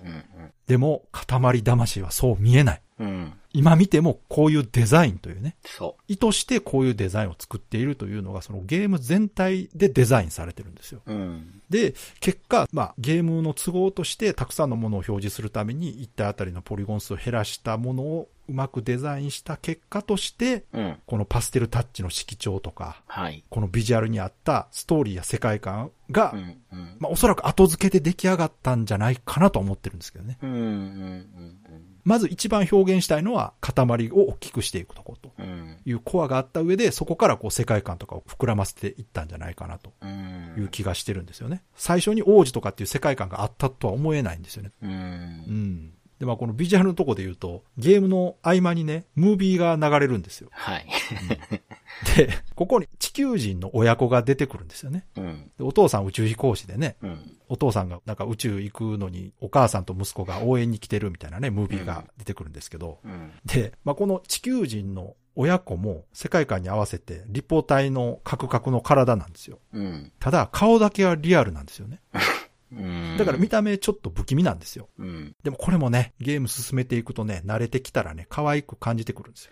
B: でも、塊魂はそう見えない。
A: うん。うん。
B: 今見てもこういうデザインというね、
A: そう。
B: 意図してこういうデザインを作っているというのが、そのゲーム全体でデザインされてるんですよ。
A: うん。
B: で、結果、まあ、ゲームの都合として、たくさんのものを表示するために、一体あたりのポリゴン数を減らしたものをうまくデザインした結果として、
A: うん。
B: このパステルタッチの色調とか、
A: はい。
B: このビジュアルに合ったストーリーや世界観が、
A: うん。うん。
B: まあ、おそらく後付けで出来上がったんじゃないかなと思ってるんですけどね。
A: うん。うん。
B: まず一番表現したいのは、塊を大きくしていくとこと。
A: うん。うん。
B: いうコアがあった上で、そこからこう世界観とかを膨らませていったんじゃないかなと
A: う。
B: いうん気がしてるんですよね。最初に王子とかっていう世界観があったとは思えないんですよね。
A: う。
B: うんん。で、まあこのビジュアルのとこで言うと、ゲームの合間にね、ムービーが流れるんですよ。
A: はい。
B: で、ここに地球人の親子が出てくるんですよね。
A: うん。
B: でお父さん宇宙飛行士でね、
A: うん。
B: お父さんがなんか宇宙行くのにお母さんと息子が応援に来てるみたいなね、ムービーが出てくるんですけど、
A: うん。
B: で、まあ、この地球人の親子も世界観に合わせて立方体のカクカクの体なんですよ。
A: うん。
B: ただ、顔だけはリアルなんですよね。
A: うん。
B: だから見た目ちょっと不気味なんですよ。
A: うん。
B: でもこれもね、ゲーム進めていくと ね、慣れてきたらね、可愛く感じてくるんですよ。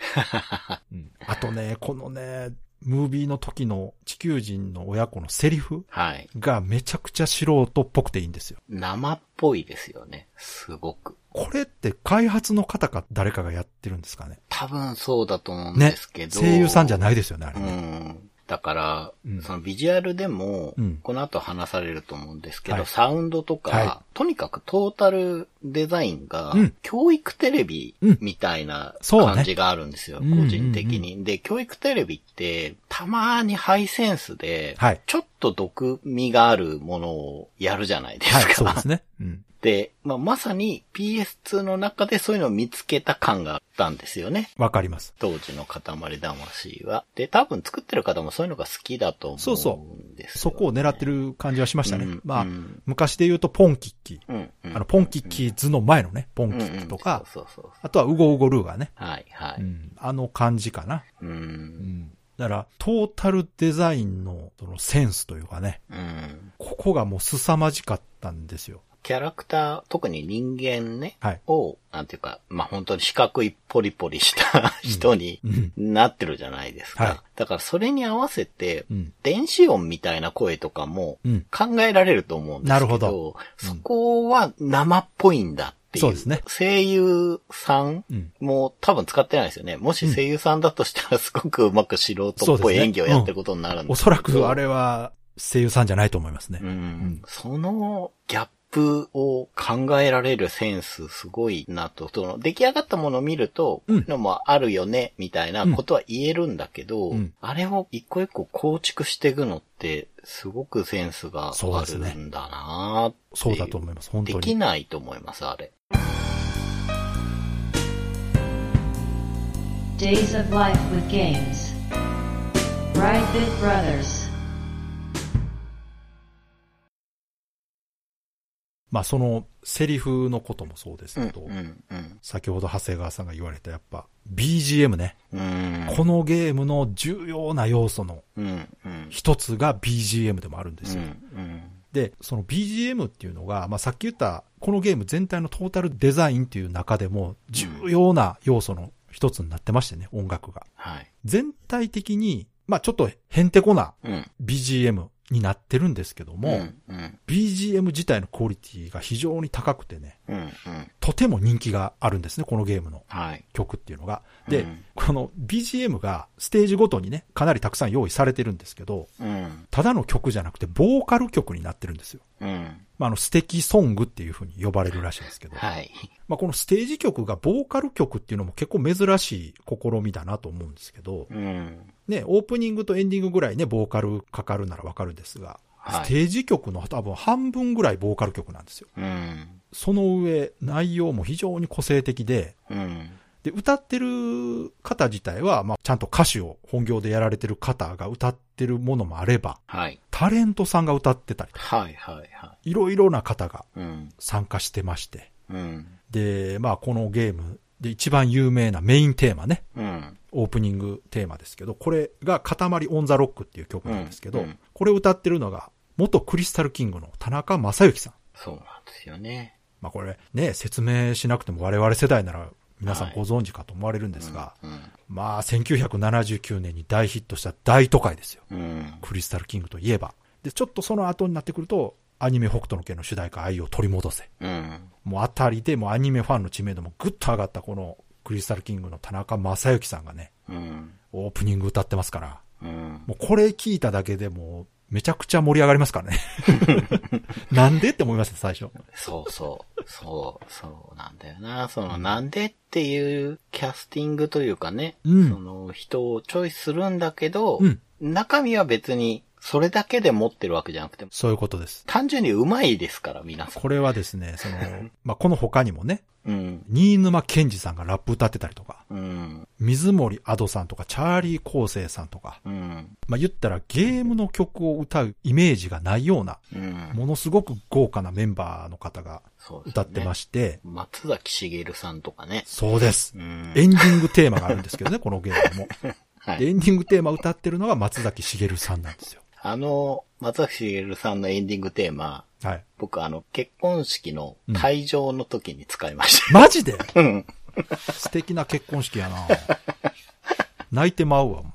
B: うんあとね、このね、ムービーの時の地球人の親子のセリフ
A: はい。
B: がめちゃくちゃ素人っぽくていいんですよ。
A: 生っぽいですよね。すごく。
B: これって開発の方か誰かがやってるんですかね
A: 多分そうだと思うん
B: ね
A: ですけ。ど。
B: 声優さんじゃ
A: い。
B: ないですよね、あれ
A: う
B: ね。
A: ん。だから、
B: うん
A: そのビジュアルでも、
B: うん
A: この後話されると思うんですけど、
B: はい
A: サウンドとか、
B: は
A: とにかくトータルデザインが、
B: うん
A: 教育テレビ
B: うん
A: みたいな
B: そうね
A: 感じがあるんですよ、
B: うんうんうん
A: 個人的に、で、教育テレビって、たまにハイセンスで、
B: はい
A: ちょっと毒味があるものをやるじゃないですか。
B: はい、そうですね。うん。
A: で、まあ、まさに PS2 の中でそういうのを見つけた感があったんですよね。
B: わかります。
A: 当時の塊魂は。で、多分作ってる方もそういうのが好きだと思うんです
B: そ
A: よ、
B: う
A: ね。
B: そそこを狙ってる感じはしましたね。
A: うん
B: まあ、
A: うん
B: 昔で言うとポンキッキー。
A: うん、うん。
B: あの、ポンキッキーズの前のね、ポンキッキと
A: うんうん
B: か、
A: そうそうそう
B: あとはウゴウゴルーがね、
A: はい、は
B: う
A: い。
B: ん、あの感じかな。
A: う。
B: うんん。だから、トータルデザインのそのセンスというかね、
A: うん。
B: ここがもう凄まじかったんですよ。
A: キャラクター、特に人間ね、
B: はい
A: を、なんていうか、まあ、本当に四角いポリポリした人に
B: うん。
A: なってるじゃないですか。
B: はい
A: だからそれに合わせて、
B: うん。
A: 電子音みたいな声とかも
B: うん。
A: 考えられると思うんですけど、
B: なるほど
A: そこは生っぽいんだっていう。
B: そうですね
A: 声優さん
B: うん。
A: も多分使ってないですよね。もし声優さんだとしたらすごくうまく素人っぽい演技をやってることになるん
B: お
A: です
B: そ
A: けど
B: らくあれは声優さんじゃないと思いますね
A: う。
B: ん
A: ん。そのギャップを考えられるセンスすごいなと、その出来上がったものを見ると、
B: うん
A: のもあるよね、みたいなことは言えるんだけど、
B: うん
A: あれを一個一個構築していくのって、すごくセンスが
B: そう
A: あ
B: です
A: る
B: ね
A: んだなってい
B: そうだと思います、本
A: で
B: 当
A: き
B: に。
A: ないと思います、あれ。
C: Days of Life with Games. Brightbit Brothers.
B: まあ、そのセリフのこともそうです
A: うん、
B: け
A: う
B: ど、
A: ん、うん。
B: 先ほど長谷川さんが言われたやっぱ BGM ね。
A: うん、
B: このゲームの重要な要素の
A: うん、うん。
B: 一つが BGM でもあるんです
A: うん、う
B: よ。
A: ん。
B: で、その BGM っていうのが、まあ、さっき言った、このゲーム全体のトータルデザインっていう中でも重要な要素の一つになってましてね、音楽が。
A: はい。
B: 全体的に、まあ、ちょっとへんてこな
A: うん。
B: BGM になってるんですけども、
A: うん、うん、
B: BGM 自体のクオリティが非常に高くてね、
A: うん、うん。
B: とても人気があるんですね、このゲームの
A: はい。
B: 曲っていうのが。で、
A: うん
B: この BGM がステージごとにね、かなりたくさん用意されてるんですけど、
A: うん、
B: ただの曲じゃなくて、ボーカル曲になってるんですよ。
A: うん。
B: まあ、あの、素敵ソングっていう風に呼ばれるらしいんですけど、
A: はい。
B: まあ、このステージ曲がボーカル曲っていうのも結構珍しい試みだなと思うんですけど、
A: うん。
B: ね、オープニングとエンディングぐらいね、ボーカルかかるならわかるんですが、
A: はい
B: ステージ曲の多分半分ぐらいボーカル曲なんですよ。
A: うん。
B: その上、内容も非常に個性的で、
A: うん。
B: で、歌ってる方自体は、まあ、ちゃんと歌手を本業でやられてる方が歌ってるものもあれば、
A: はい。
B: タレントさんが歌ってたりとか、
A: はい、はい、はい
B: ろいろな方が
A: い。うん。
B: 参加してまして、
A: うん。
B: で、まあ、このゲームで一番有名なメインテーマね、
A: うん。
B: オープニングテーマですけど、これが塊オンザロックっていう曲なんですけど、
A: うんうん
B: これを歌ってるのが、元クリスタルキングの田中正幸さん。
A: そうなんですよね。
B: まあこれね、説明しなくても我々世代なら皆さん
A: はい
B: ご存知かと思われるんですが、
A: うん。
B: まあ1979年に大ヒットした大都会ですよ。
A: うん。
B: クリスタルキングといえば。で、ちょっとその後になってくると、アニメ北斗の拳の主題歌愛を取り戻せ。
A: うん。
B: もうあたりでもうアニメファンの知名度もぐっと上がったこのクリスタルキングの田中正幸さんがね、
A: うん。
B: オープニング歌ってますから、
A: うん。
B: もうこれ聞いただけでもうめちゃくちゃ盛り上がります からね。なんでって思いました、最初。
A: そうそう。そう、そうなんだよな。その、なんでっていうキャスティングというかね。
B: うん
A: その、人をチョイスするんだけど、
B: うん
A: 中身は別に、それだけで持ってるわけじゃなくて、
B: そういうことです。
A: 単純に上手いですから、皆さん。
B: これはですね、その、まあ、この他にもね、
A: うん。
B: 新沼健治さんがラップ歌ってたりとか、
A: うん。
B: 水森アドさんとか、チャーリー昴生さんとか、
A: うん。
B: まあ、言ったらゲームの曲を歌うイメージがないような、
A: うん。
B: ものすごく豪華なメンバーの方が
A: そうです
B: 歌
A: ね
B: ってまして、
A: 松崎しげるさんとかね。
B: そうです
A: う。ん。
B: エンディングテーマがあるんですけどね、このゲームも。
A: は
B: で
A: い。
B: エンディングテーマ歌ってるのが松崎しげるさんなんですよ。
A: あの、松崎しげるさんのエンディングテーマ、
B: はい。
A: 僕あの、結婚式の退場の時に使いまし
B: マジで
A: た。うん。
B: 素敵な結婚式やな泣いてまうわ。もう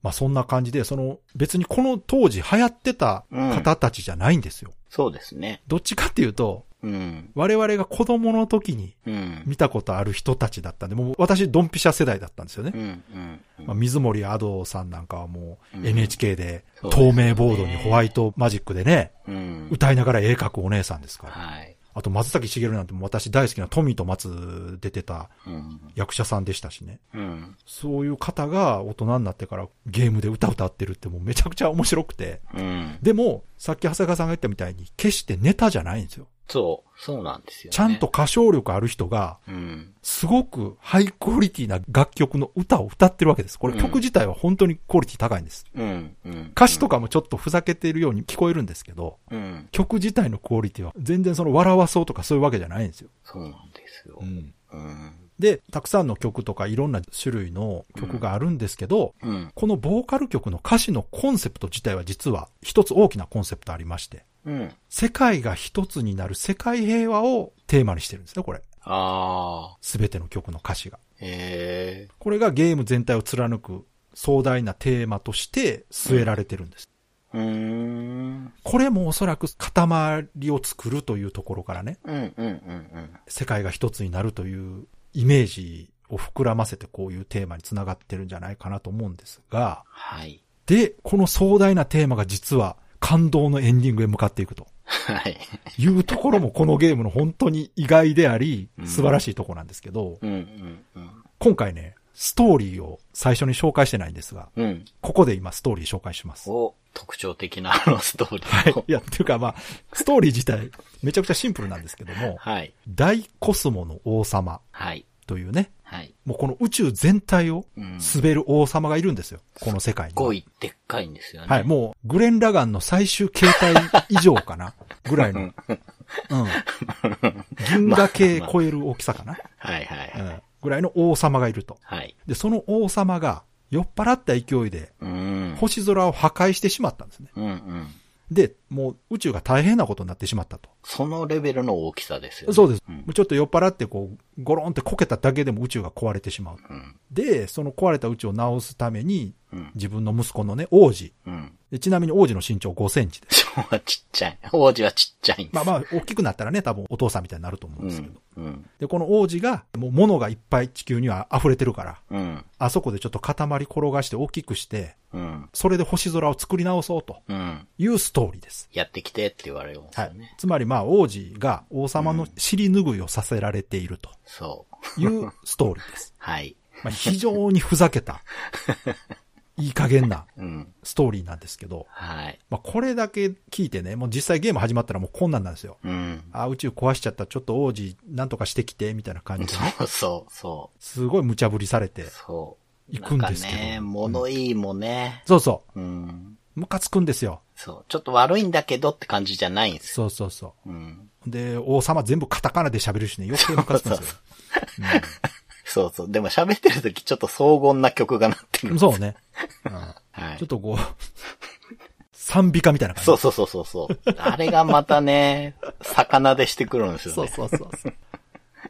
B: まあそんな感じで、その別にこの当時流行ってた方たちじゃないんですよ。
A: そうですね。
B: どっちかっていうと、
A: うん。
B: 我々が子供の時に
A: うん。
B: 見たことある人たちだったんで、もう私ドンピシャ世代だったんですよね
A: うん。。うん。
B: まあ、水森アドさんなんかはも
A: うん
B: う NHK で
A: そうですよ
B: 透
A: ね
B: 明ボードにホワイトマジックでね、
A: うん。
B: 歌いながら絵描くお姉さんですから。
A: はい。
B: あと松崎しげるなんてもう私大好きなトミーと松出てた
A: うん。
B: 役者さんでしたしね。
A: うん。
B: そういう方が大人になってからゲームで歌歌ってるってもうめちゃくちゃ面白くて。
A: うん。
B: でも、さっき長谷川さんが言ったみたいに決してネタじゃないんですよ。
A: そう。そうなんですよ、ね。
B: ちゃんと。歌唱力ある人が
A: うん。
B: すごくハイクオリティな楽曲の歌を歌ってるわけです。こ
A: う
B: れ
A: ん
B: 曲自体は本当にクオリティ高いんです。
A: うん。うん。
B: 歌詞とかもちょっとふざけているように聞こえるんですけど、
A: うん。
B: 曲自体のクオリティは全然その笑わそうとかそういうわけじゃないんですよ。
A: そうなんですよ。うん。
B: で、たくさんの曲とかいろんな種類の曲があるんですけど、
A: うん。
B: このボーカル曲の歌詞のコンセプト自体は実は一つ大きなコンセプトありまして、
A: うん。
B: 世界が一つになる世界平和をテーマにしてるんですね、これ。
A: ああ。
B: すべての曲の歌詞が。
A: ええ
B: これがゲーム全体を貫く壮大なテーマとして据えられてるんです。
A: うーん。
B: これもおそらく塊を作るというところからね、
A: うん。うん。うん。うん。
B: 世界が一つになるというイメージを膨らませてこういうテーマにつながってるんじゃないかなと思うんですが、
A: はい。
B: で、この壮大なテーマが実は感動のエンディングへ向かっていくと
A: はい。
B: いうところもこのゲームの本当に意外であり
A: うん
B: 素晴らしいところなんですけど、
A: うん。うん。うん。
B: 今回ね、ストーリーを最初に紹介してないんですが、
A: うん。
B: ここで今ストーリー紹介します。
A: を特徴的なあのストーリ
B: はい
A: ーを。。
B: いや、っていうかまあ、ストーリー自体、めちゃくちゃシンプルなんですけども、
A: はい。
B: 大コスモの王様
A: はい。
B: というね、
A: はい。
B: もうこの宇宙全体を
A: うん。すっ
B: 滑る王様がいるんですよ。この世界に。
A: ごいでっかいんですよね。
B: はい、もう、グレン・ラガンの最終形態以上かなぐらい の。うん。銀河系超える大きさかな、
A: はいはいはい。
B: うん。ぐらいの王様がいると。
A: はい。
B: で、その王様が酔っ払った勢いで
A: うん。
B: 星空を破壊してしまったんですね。
A: うんうん。
B: で、もう宇宙が大変なことになってしまったと。
A: そのレベルの大きさですよね。
B: そうです。
A: うん
B: もうちょっと酔っ払ってこう、ゴロンってこけただけでも宇宙が壊れてしまう。
A: うん。
B: で、その壊れた宇宙を直すために、
A: うん。
B: 自分の息子のね、王子。
A: うん。
B: でちなみに王子の身長5センチです。
A: 昭和ちっちゃい。王子はちっちゃいんです。
B: まあまあ、大きくなったらね、多分お父さんみたいになると思う
A: うん
B: ですけど。
A: ん。うん。
B: で、この王子が、もう物がいっぱい地球には溢れてるから、
A: うん。
B: あそこでちょっと塊転がして大きくして、
A: うん。
B: それで星空を作り直そうと
A: うん。
B: いうストーリーです。
A: やってきてって言われるんです
B: は
A: よ
B: い
A: ね。。
B: つまりまあ、王子が王様の尻拭いをさせられていると
A: そう。
B: いうストーリー です。
A: はい。
B: まあ、非常にふざけた、いい加減な
A: うん。
B: ストーリーなんですけど、
A: はい。
B: まあ、これだけ聞いてね、もう実際ゲーム始まったらもうこんなんなんですよ。
A: うん。
B: あー、宇宙壊しちゃった、ちょっと王子なんとかしてきて、みたいな感じ でね、
A: そうそうそ
B: すごい無茶ぶりされて
A: う。。そう。
B: 行くんですけど
A: なんかね、物言いもね。
B: そうそ
A: うん。
B: う。ムカつくんですよ。
A: そう。ちょっと悪いんだけどって感じじゃないんですよ。
B: そうそうそ
A: うん。
B: う。で、王様全部カタカナで喋るしね、余計ムカつくんですよ。
A: そうそう。でも喋ってる時ちょっと荘厳な曲がなって
B: う
A: る
B: ん。そうね。うん
A: はい。
B: ちょっとこう、賛美歌みたいな感じ
A: そうそうそうそうそう。あれがまたね、魚でしてくるんですよね。
B: そうそうそうそう。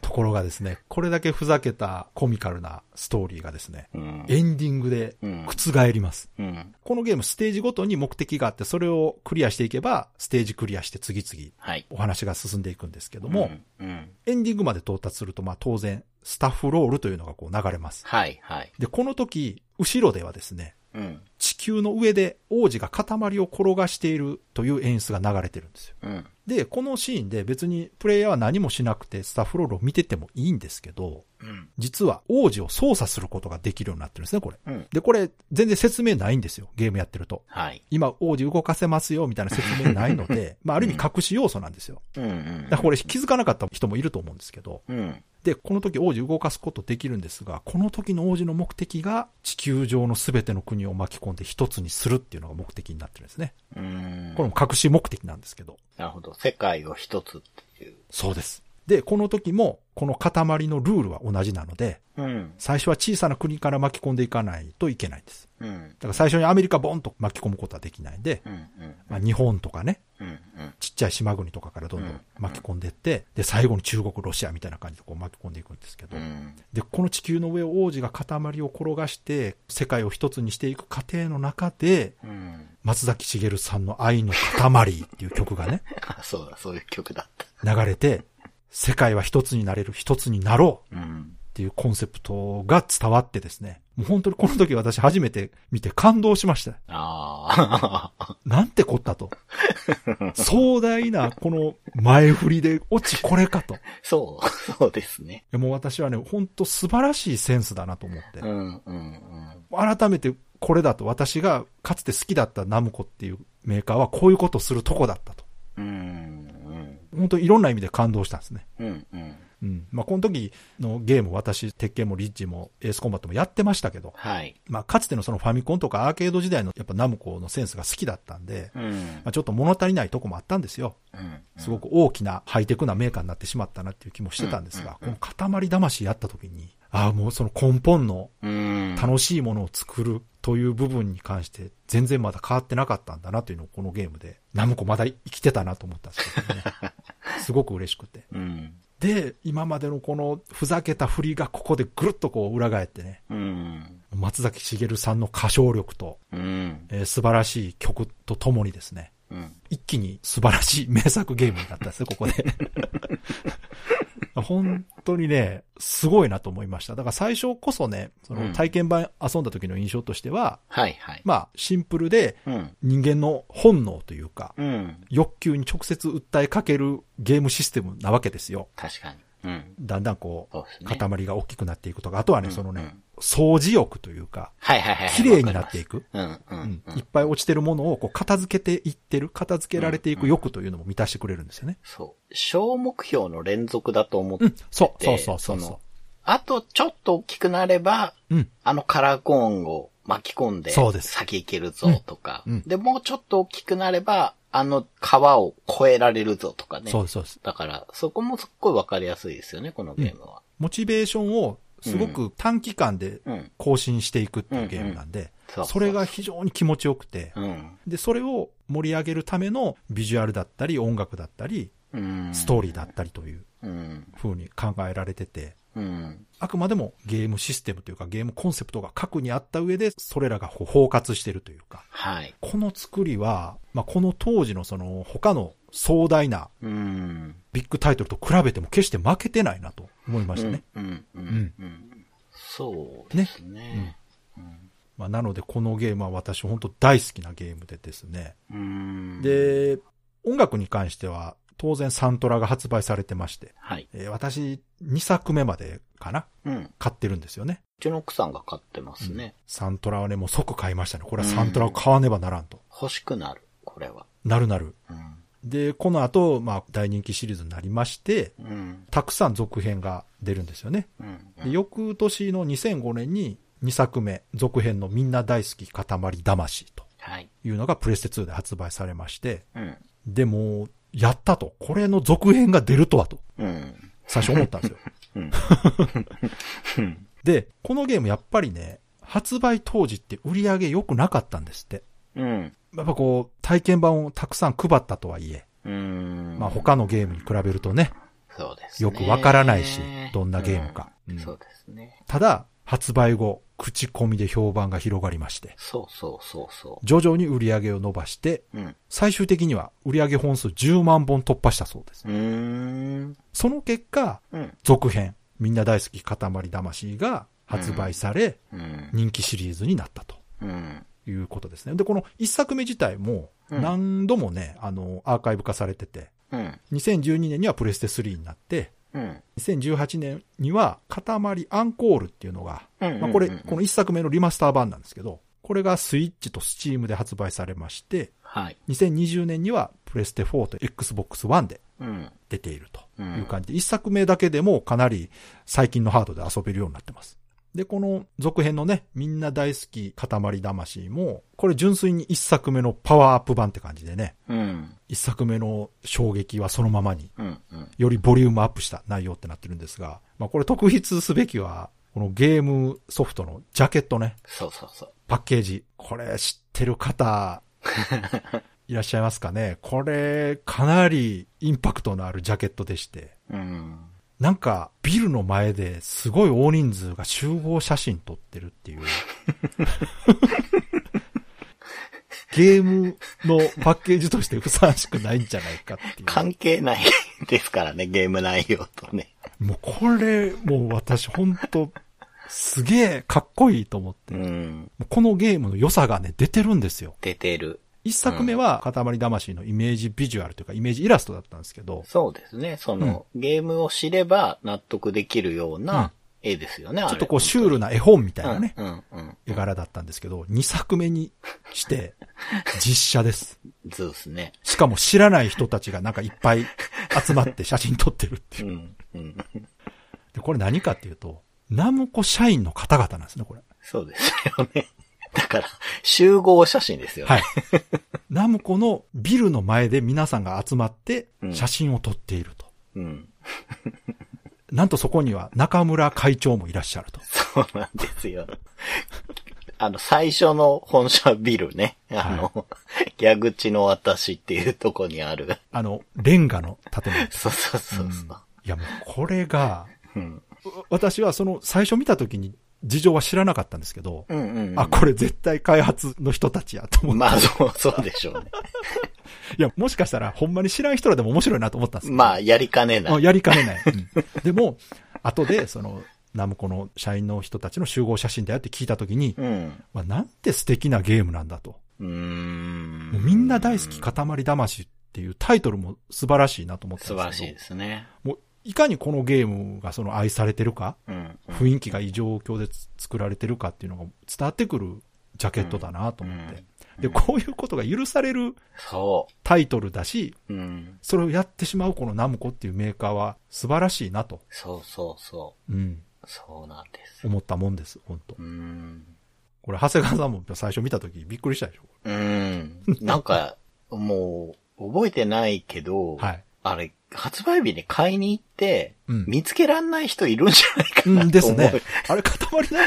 B: ところがですね、これだけふざけたコミカルなストーリーがですね、
A: うん。
B: エンディングで
A: うん
B: 覆ります。
A: うん。
B: このゲームステージごとに目的があって、それをクリアしていけば、ステージクリアして次々
A: はい。
B: お話が進んでいくんですけども、
A: うん、うん。
B: エンディングまで到達すると、まあ当然、スタッフロールというのがこう流れます。
A: はい、はい。
B: で、この時、後ろではですね、
A: うん。
B: 地球の上で王子が塊を転がしているという演出が流れてるんですよ。
A: うん。
B: で、このシーンで別にプレイヤーは何もしなくてスタッフロールを見ててもいいんですけど、
A: うん。
B: 実は王子を操作することができるようになってるんですね、これ。
A: うん。
B: で、これ全然説明ないんですよ、ゲームやってると。
A: はい。
B: 今王子動かせますよ、みたいな説明ないので、まあある意味隠し要素なんですよ。
A: うん、う
B: だ
A: ん
B: か。らこれ気づかなかった人もいると思うんですけど、
A: うん。
B: で、この時王子動かすことできるんですが、この時の王子の目的が地球上の全ての国を巻き込んで一つにするっていうのが目的になってるんですね。
A: うん。
B: これも隠し目的なんですけど。
A: なるほど。世界を一つっていう。
B: そうです。で、この時も、この塊のルールは同じなので、
A: うん。
B: 最初は小さな国から巻き込んでいかないといけないんです。
A: うん。
B: だから最初にアメリカボンと巻き込むことはできないんで、
A: うん。うん。
B: まあ、日本とかね、
A: うんうん。
B: ちっちゃい島国とかからどんどん巻き込んでって、で、最後に中国、ロシアみたいな感じでこう巻き込んでいくんですけど
A: う、ん。
B: で、この地球の上を王子が塊を転がして、世界を一つにしていく過程の中で、
A: うん。
B: 松崎しげるさんの愛の塊っていう曲がね、
A: あ、そうだ、そういう曲だった。
B: 流れて、世界は一つになれる、一つになろう
A: うん。
B: っていうコンセプトが伝わってですね、もう本当にこの時私初めて見て感動しました。
A: ああ。
B: なんてこったと。壮大なこの前振りで落ちこれかと。い
A: そう、そうですね。
B: やもう私はね、本当素晴らしいセンスだなと思って
A: う。ん、うん、うん。
B: 改めてこれだと私がかつて好きだったナムコっていうメーカーはこういうことをするとこだったと。
A: うん、
B: 本当にいろんな意味で感動したんですね。
A: うん。うん、うん。
B: うん。まあ、この時のゲーム私、鉄拳もリッジもエースコンバットもやってましたけど、
A: はい。
B: まあ、かつてのそのファミコンとかアーケード時代のやっぱナムコのセンスが好きだったんで、
A: うん。うん
B: まあ、ちょっと物足りないとこもあったんですよ。
A: うん。
B: すごく大きなハイテクなメーカーになってしまったなっていう気もしてたんですが、この塊魂やった時に、ああ、もうその根本の
A: うん。
B: 楽しいものを作るという部分に関して全然まだ変わってなかったんだなというのをこのゲームで、ナムコまだ生きてたなと思ったんですけ どね。すごく嬉しくて。
A: うん。
B: で、今までのこのふざけた振りがここでぐるっとこう裏返ってね、
A: うん。
B: 松崎しげるさんの歌唱力と、
A: うん。
B: えー素晴らしい曲とともにですね、
A: うん。
B: 一気に素晴らしい名作ゲームになったん ですよ、ここで。本当にね、すごいなと思いました。だから最初こそね、その体験版遊んだ時の印象としては、
A: はい、はい。
B: まあ、シンプルで
A: うん。
B: 人間の本能というか、
A: うん。
B: 欲求に直接訴えかけるゲームシステムなわけですよ。
A: 確かに。うん。
B: だんだんこ
A: そうです
B: う、
A: ね。
B: 塊が大きくなっていくとか、あとはね、
A: うん
B: その
A: う
B: ね
A: ん、
B: 掃除欲というか、
A: はいはいはいはい。
B: 綺麗になっていく。
A: わかります。うん、う
B: うん
A: ん、う
B: いっ
A: ん。
B: ぱい落ちてるものをこう片付けていってる、片付けられていく欲というのも満たしてくれるんですよね。
A: そう。小目標の連続だと思って
B: うん
A: て、、
B: そう、そうそうそう
A: の
B: そ
A: あとちょっと大きくなれば、
B: う。うん、
A: あのカラーコーンを巻き込んで、
B: そうです
A: 先行けるぞとか、
B: うんうん
A: で、もうちょっと大きくなれば、あの川を越えられるぞとかね。
B: そうです、そうです。
A: だから、そこもすっごいわかりやすいですよね、このゲームは。
B: モチベーションをすごく短期間で
A: うん。
B: 更新していくっていうゲームなんで、
A: そう
B: それが、非常に気持ちよくて、
A: うん。
B: で、それを盛り上げるためのビジュアルだったり、音楽だったり、
A: うん。
B: ストーリーだったりという
A: うん。
B: 風に考えられてて、
A: うん。
B: あくまでもゲームシステムというかゲームコンセプトが核にあった上で、それらがこう包括してるというか、
A: はい。
B: この作りは、まあ、この当時のその他の壮大な
A: うん。
B: ビッグタイトルと比べても決して負けてないなと思いましたね。
A: うん。うん。うん。うん、そうですね。
B: まあ、なのでこのゲームは私本当大好きなゲームでですね。
A: うん。、
B: で、音楽に関しては当然サントラが発売されてまして、
A: はい。
B: えー私2作目までかな
A: うん。う
B: 買ってるんですよね。
A: ちの奥さんが買ってますね。
B: サントラはね、もう即買いましたね。これはサントラを買わねばならんと。
A: 欲しくなる、これは。
B: なるなる。
A: うん。
B: で、この後、まあ大人気シリーズになりまして、
A: うん。
B: たくさん続編が出るんですよね。
A: うん。
B: で翌年の2005年に2作目、続編のみんな大好き塊魂と
A: はい。
B: いうのがプレステ2で発売されまして、
A: うん。
B: でも、やったと。これの続編が出るとはと、
A: うん。
B: 最初思ったん ですよ。
A: うん。
B: で、このゲームやっぱりね、発売当時って売り上げ良くなかったんですって。
A: うん。
B: やっぱこう、体験版をたくさん配ったとはいえ、
A: うん。
B: まあ他のゲームに比べるとね、
A: そうですね。
B: よくわからないし、どんなゲームか。
A: うん。
B: うん
A: そうですね。
B: ただ、発売後、口コミで評判が広がりまして、
A: そうそうそうそ
B: 徐々に売り上げを伸ばして、
A: う。うん。
B: 最終的には売り上げ本数10万本突破したそうです。
A: うーん。
B: その結果、
A: うん。
B: 続編、みんな大好き塊魂が発売され、
A: うん。
B: 人気シリーズになったと
A: うん。
B: いうことですね。で、この一作目自体も
A: うん
B: 何度もね、あの、アーカイブ化されてて、
A: うん。
B: 2012年にはプレステ3になって、
A: うん。
B: 2018年には塊アンコールっていうのが、
A: うん
B: まあ、これ、
A: うんうんうん
B: この一作目のリマスター版なんですけど、これがスイッチとスチームで発売されまして、
A: はい。
B: 2020年にはプレステ4と Xbox One で
A: うん。
B: 出ているという感じで、一作目だけでもかなり最近のハードで遊べるようになってます。で、この続編のね、みんな大好き塊魂も、これ純粋に一作目のパワーアップ版って感じでね、
A: うん。
B: 一作目の衝撃はそのままに、
A: うん。うん。
B: よりボリュームアップした内容ってなってるんですが、まあこれ特筆すべきは、このゲームソフトのジャケットね、
A: そうそうそう。
B: パッケージ。これ知ってる方、いらっしゃいますかね。これ、かなりインパクトのあるジャケットでして。
A: うん。
B: なんか、ビルの前ですごい大人数が集合写真撮ってるって いう。ゲームのパッケージとしてふさわしくないんじゃないかっていう。
A: 関係ないですからね、ゲーム内容とね。
B: もうこれ、もう私ほんと、すげえかっこいいと思って。
A: う
B: も
A: ん。
B: うこのゲームの良さがね、出てるんですよ。
A: 出てる。
B: 一作目は、塊魂のイメージビジュアルというか、イメージイラストだったんですけど、
A: そうですね。その、ゲームを知れば納得できるよう
B: うん
A: な絵ですよね、
B: ちょっとこうシュールな絵本みたいなね、
A: ね。うん、うん。
B: 絵柄だったんですけど、2作目にして、実写です。
A: ズースね。
B: しかも知らない人たちがなんかいっぱい集まって写真撮ってるっていうう。
A: ん、うん。
B: で、これ何かっていうと、ナムコ社員の方々なんですね、これ。
A: そうですよね。 だから、集合写真ですよね。
B: はい。ナムコのビルの前で皆さんが集まって
A: うん
B: 写真を撮っていると。
A: うん。
B: なんとそこには中村会長もいらっしゃると。
A: そうなんですよ。あの、最初の本社ビルね。あの、矢口の私っていうとこにある。
B: あの、レンガの建物。
A: そうそうそうそ
B: いやもうこれが、
A: う。うん。
B: 私はその最初見た時に事情は知らなかったんですけど、
A: うんうんうん。
B: あ、これ絶対開発の人たちやと思って、
A: まあ、そう、そうでしょう ね。
B: いや、もしかしたらほんまに知らん人らでも面白いなと思ったんですけど
A: まあ、やりかねな
B: あ
A: い。
B: やりかねない。うんでも、後で、その、ナムコの社員の人たちの集合写真だよって聞いた時に、
A: うん。
B: わなんて素敵なゲームなんだと。
A: うーん。
B: もうみんな大好き、塊魂っていうタイトルも素晴らしいなと思った
A: 素
B: ん
A: 晴
B: で
A: ら
B: す
A: しい
B: けど
A: で、すね。
B: もういかにこのゲームがその愛されてるか、
A: うん。うん
B: 雰囲気が異常況でつ作られてるかっていうのが伝わってくるジャケットだなと思って。で、こういうことが許される
A: そ
B: タイトルだし、
A: う。うん。
B: それをやってしまうこのナムコっていうメーカーは素晴らしいなと、
A: そうそうそ
B: うん、
A: う。そうなんです。
B: 思ったもんです、本当
A: うん。
B: これ、長谷川さんも最初見たときびっくりしたでしょ
A: うん。なんか、もう、覚えてないけど、
B: はい。
A: あれ、発売日に買いに行って、
B: うん
A: 見つけらんない人いるんじゃないか
B: う
A: なと思う。
B: んですね。あれ、塊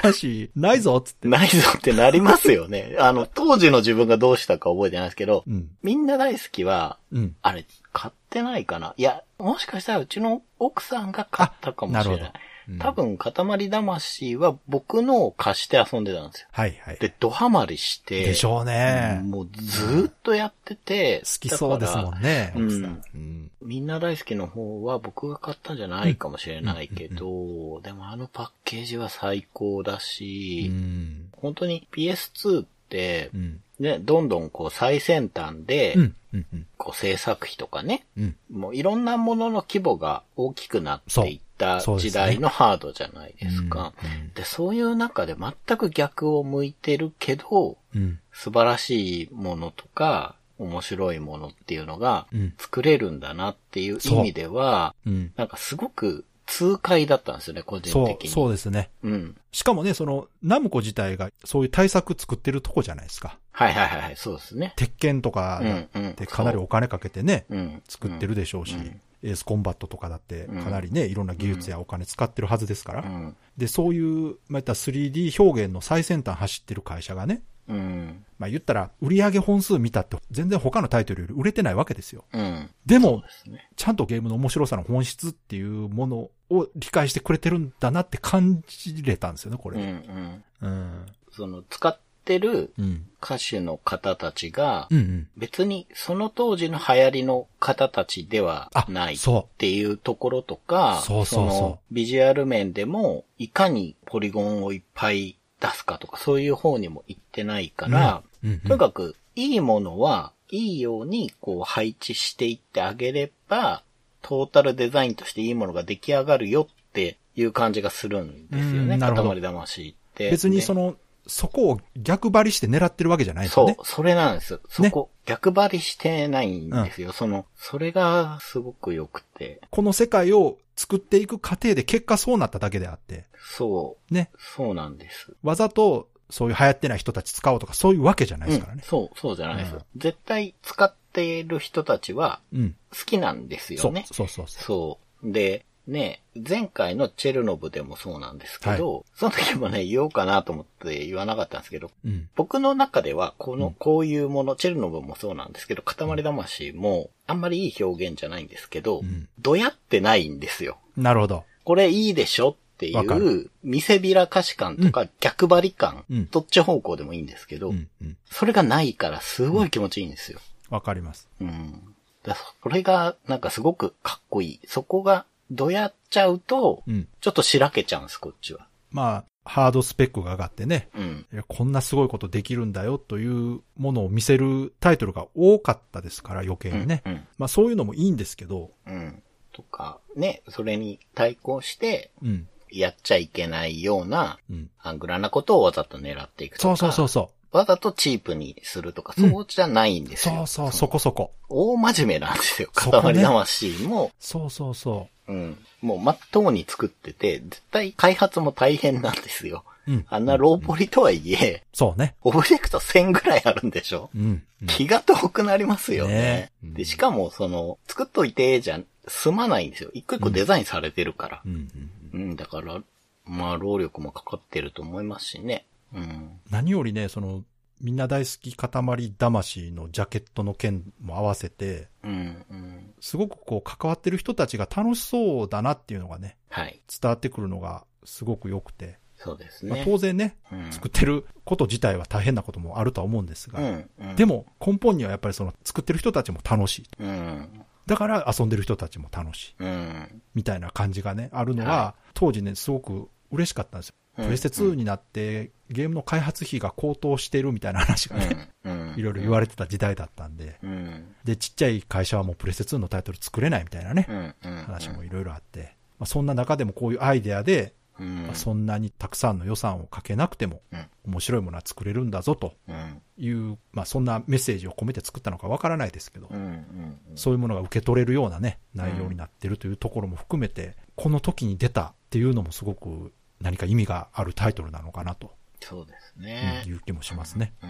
B: 魂ないぞっつって。
A: ないぞってなりますよね。あの、当時の自分がどうしたか覚えてないですけど、
B: うん。
A: みんな大好きは、
B: うん。
A: あれ、買ってないかないや、もしかしたらうちの奥さんが買ったかもしれ
B: あ
A: な
B: ないる。うん
A: 多。分、塊魂は僕のを貸して遊んでたんですよ。
B: はいはい。
A: で、ドハマりして、
B: でしょうね。
A: もうずーっとやってて、
B: 好きそうですも
A: だか
B: んね、
A: うん
B: 奥さん。うん。
A: らみんな大好きの方は僕が買ったんじゃないかもしれないけど、でもあのパッケージは最高だ
B: う
A: し、
B: ん。
A: 本当に PS2 って
B: う、ん。
A: ね、どんどんこう最先端で、
B: うん。うん。うん
A: こう制作費とかね、
B: うん。
A: もういろんなものの規模が大きくなっていった
B: そうそうで
A: 時
B: すね
A: 代のハードじゃないですか。
B: うんうん
A: で、そういう中で全く逆を向いてるけど、
B: うん。
A: 素晴らしいものとか、面白いものっていうのが
B: うん
A: 作れるんだなっていう意味では、
B: うん。
A: なんかすごく痛快だったんですよね、個人
B: そ
A: 的
B: う、
A: に。。
B: そううですね。
A: うん。
B: しかもね、その、ナムコ自体がそういう対策作ってるとこじゃないですか。
A: はいはいはいはい、そうですね。
B: 鉄拳とか
A: う
B: だっ
A: んうん。
B: てかなりお金かけてね、
A: そう、うん、
B: 作ってるでしょうし、
A: うん
B: エースコンバットとかだって
A: うん
B: かなりね、いろんな技術やお金使ってるはずですから。
A: うん。
B: で、そういう、まあ、言ったら 3D 表現の最先端走ってる会社がね、
A: うん。
B: まあ、言ったら売上本数見たって全然他のタイトルより売れてないわけですよ。
A: うん。
B: で
A: そう
B: も
A: で、すね。
B: ちゃんとゲームの面白さの本質っていうものを理解してくれてるんだなって感じれたんですよね、こ
A: うんう
B: れ。
A: ん。
B: うん。
A: その、使ってる
B: うん。
A: 歌手の方たちが
B: う、んうん。
A: 別にその当時の流行りの方たちでは
B: あ、
A: ない
B: そ
A: っていうところとか、
B: そうそうそう
A: のビジュアル面でも、いかにポリゴンをいっぱい出すかとか、そういう方にも行ってないから、
B: う。うん、うん。
A: とにかく、いいものは、いいように、こう、配置していってあげれば、トータルデザインとしていいものが出来上がるよっていう感じがするんですよ
B: う
A: ね。
B: んなるほど
A: 塊魂って。
B: 別にそ
A: の、
B: の、そこを逆張りして狙ってるわけじゃないですよ
A: そ
B: ね。
A: う、それなんです。そこ、逆張りしてないんですよ。その、それがすごく良くて。
B: この世界を作っていく過程で結果そうなっただけであって、
A: そ
B: ね。
A: う、そうなんです。
B: わざと、そういう流行ってない人たち使おうとか、そういうわけじゃないですからね
A: うん。。そう、そうじゃないです。
B: うん
A: 絶対使っている人たちは
B: うん。
A: 好きなんですよ
B: そう
A: ね。
B: そうそうそ
A: そう。で、ね、前回のチェルノブでもそうなんですけど、その時もね、言おうかなと思って言わなかったんですけど、
B: うん。
A: 僕の中では、この、
B: うん
A: こういうもの、チェルノブもそうなんですけど、塊魂も、あんまりいい表現じゃないんですけど、
B: うん
A: どやってないんですよ。
B: なるほど。
A: これいいでしょってい
B: わか
A: う、見せびらかし感とか逆張り感、
B: うん
A: どっち方向でもいいんですけど、
B: うん、うん。
A: それがないからすごい気持ちいいんですよ。
B: わかります。
A: うん。だそれが、なんかすごくかっこいい。そこが、どやっちゃうと
B: う、ん。
A: ちょっとしらけちゃうんです、こっちは。
B: まあ、ハードスペックが上がってね、
A: うん。
B: いやこんなすごいことできるんだよというものを見せるタイトルが多かったですから、余計にね。
A: うん。
B: まあそういうのもいいんですけど、
A: うん。とか、ね、それに対抗して、
B: うん、
A: やっちゃいけないような、
B: うん。
A: アングラなことをわざと狙っていくと
B: そ
A: か。
B: うそうそうそ
A: わざとチープにするとか、
B: うん
A: そうじゃないんで
B: う。
A: す
B: そ
A: よ。
B: うそう、
A: の
B: そこそこ。
A: 大真面目なんですよ。
B: そこね
A: 塊魂も、
B: そうそうそ
A: うん。もう真っ当に作ってて、絶対開発も大変なんですよ。
B: う。うん。
A: あんなローポリとはいえ、
B: そうね。
A: オブジェクト1000ぐらいあるんでしょ
B: うん。うん
A: 気が遠くなりますよね。
B: ねうん
A: で、しかも、その、作っといて、じゃ、済まないんですよ。一個一個デザインされてるから
B: う。んうん
A: うん、だから、まあ、労力もかかってると思いますしね。うん。
B: 何よりね、その、みんな大好き塊魂のジャケットの件も合わせて、
A: うん、うん。
B: すごくこう関わってる人たちが楽しそうだなっていうのがね、
A: はい。
B: 伝わってくるのがすごく良くて、
A: そうです
B: まあ
A: ね。
B: 当然ね、
A: うん
B: 作ってること自体は大変なこともあるとは思うんですが、
A: うん、うん。
B: でも根本にはやっぱりその作ってる人たちも楽しい。
A: うん、
B: だから遊んでる人たちも楽しい。
A: うん。
B: みたいな感じがね、あるのは、
A: は
B: 当時ね、すごく嬉しかったんですよ。
A: うん
B: プレステ2になって、ゲームの開発費が高騰してるみたいな話がね、
A: うん、
B: いろいろ言われてた時代だったんで、
A: うん、
B: で、ちっちゃい会社はもうプレステ2のタイトル作れないみたいなね
A: う、ん、うん。
B: 話もいろいろあって、まあ、そんな中でもこういうアイデアで、
A: うん、
B: まあそんなにたくさんの予算をかけなくても
A: うん、
B: 面白いものは作れるんだぞと
A: うん、
B: いう、まあ、そんなメッセージを込めて作ったのかわからないですけど
A: うん、う、ん。
B: そういうものが受け取れるようなね、内容になってるというところも含めて、この時に出たっていうのもすごく何か意味があるタイトルなのかなと
A: そうです
B: うん
A: ね。
B: いう気もしますね。
A: う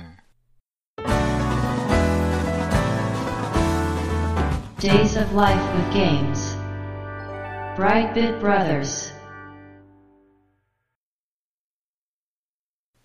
A: ん。
C: Days of Life with Games. Brightbit Brothers.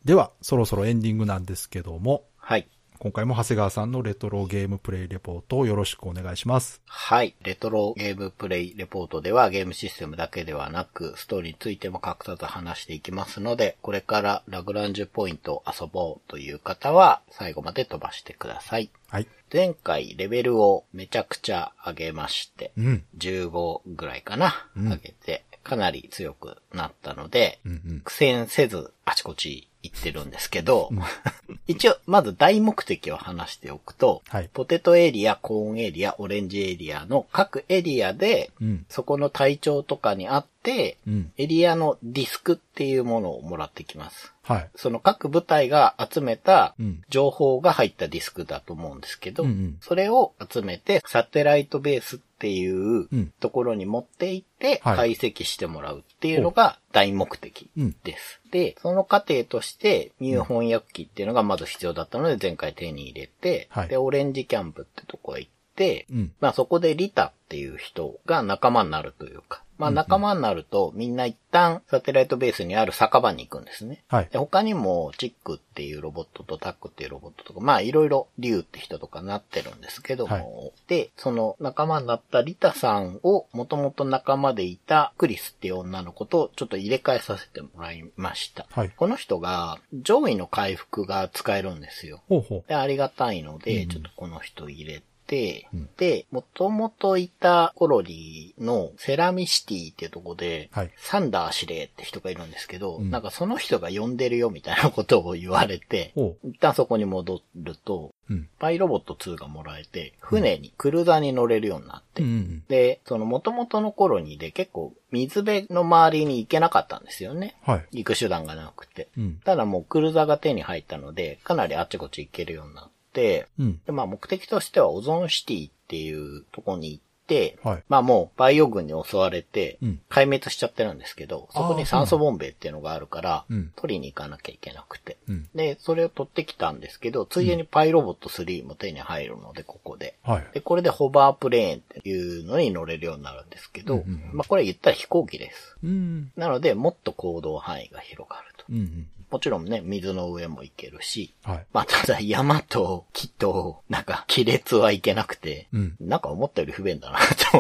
B: では、そろそろエンディングなんですけども、
A: はい。
B: 今回も長谷川さんのレトロゲームプレイレポートをよろしくお願いします。
A: はい。レトロゲームプレイレポートではゲームシステムだけではなく、ストーリーについても隠さず話していきますので、これからラグランジュポイントを遊ぼうという方は、最後まで飛ばしてください。
B: はい。
A: 前回レベルをめちゃくちゃ上げまして、
B: うん。
A: 15ぐらいかな、
B: うん
A: 上げて、かなり強くなったので、
B: うんうん。
A: 苦戦せずあちこち行ってるんですけど、 一応、まず大目的を話しておくと、
B: はい
A: ポテトエリア、コーンエリア、オレンジエリアの各エリアで、
B: うん。
A: そこの体調とかにあって、
B: うん。
A: エリアのディスクっていうものをもらってきます。
B: はい。
A: その各部隊が集めた
B: うん
A: 情報が入ったディスクだと思うんですけど、
B: うんうん
A: それを集めて、サテライトベースっていう
B: うん
A: ところに持って行って、
B: はい
A: 解析してもらうっていうのが大目的
B: うん
A: です。で、その過程として、ニュー翻訳機っていうのがまず必要だったので、前回手に入れて、
B: はい
A: で、オレンジキャンプってとこへ行って、
B: うん。
A: まあそこでリタっていう人が仲間になるというか、まあ仲間になるとみんな一旦サテライトベースにある酒場に行くんですね。
B: はい
A: で他にもチックっていうロボットとタックっていうロボットとか、まあいろいろリュウって人とかなってるんですけども、
B: はい
A: で、その仲間になったリタさんをもともと仲間でいたクリスっていう女の子とちょっと入れ替えさせてもらいました。
B: はい。
A: この人が上位の回復が使えるんですよ。
B: ほうほ
A: で、ありがたいので、
B: うん
A: ちょっとこの人入れて、
B: うん
A: で、もともといたコロリーのセラミシティってとこで、
B: はい
A: サンダー司令って人がいるんですけど、
B: うん
A: なんかその人が呼んでるよみたいなことを言われて、
B: う。ほ
A: 一旦そこに戻ると、
B: う。うん。
A: パイロボット2がもらえて、船に、クルーザーに乗れるようになって、
B: うんうん。
A: で、その元々のコロニーで結構水辺の周りに行けなかったんですよね。
B: はい。
A: 行く手段がなくて。
B: うん。
A: ただもうクルーザーが手に入ったので、かなりあちこち行けるようになって、
B: うん。
A: でまあ目的としてはオゾンシティっていうとこに行っって、
B: はい
A: まあもうバイオ軍に襲われて
B: うん、
A: 壊滅しちゃってるんですけど、そこ
B: あー
A: に酸素ボンベっていうのがあるから
B: うん、
A: 取りに行かなきゃいけなくて。
B: うん。
A: で、それを取ってきたんですけど、ついでにパイロボット3も手に入るので、ここで。
B: はい。
A: で、これでホバープレーンっていうのに乗れるようになるんですけど、
B: うんうんうん
A: まあこれ言ったら飛行機です。
B: うん。
A: なので、もっと行動範囲が広がると。
B: うんうん。
A: もちろんね、水の上も行けるし、
B: はい。
A: まあただ山と木と、なんか亀裂はいけなくて、
B: うん。
A: なんか思ったより不便だなと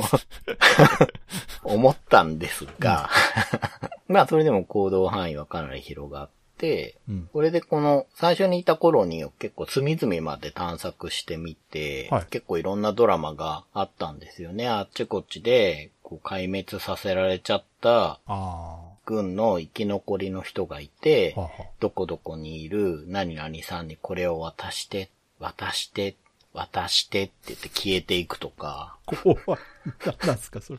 A: 思ったんですが、 まあそれでも行動範囲はかなり広がって、
B: うん。
A: これでこの最初にいた頃に結構隅々まで探索してみて、
B: はい
A: 結構いろんなドラマがあったんですよね。あっちこっちでこう壊滅させられちゃった
B: あ
A: 軍の生き残りの人がいて
B: あ。、はあは
A: どこどこにいる何々さんにこれを渡して、渡して、渡してって言って消えていくとか、
B: あ。怖い。何なんですか、それ。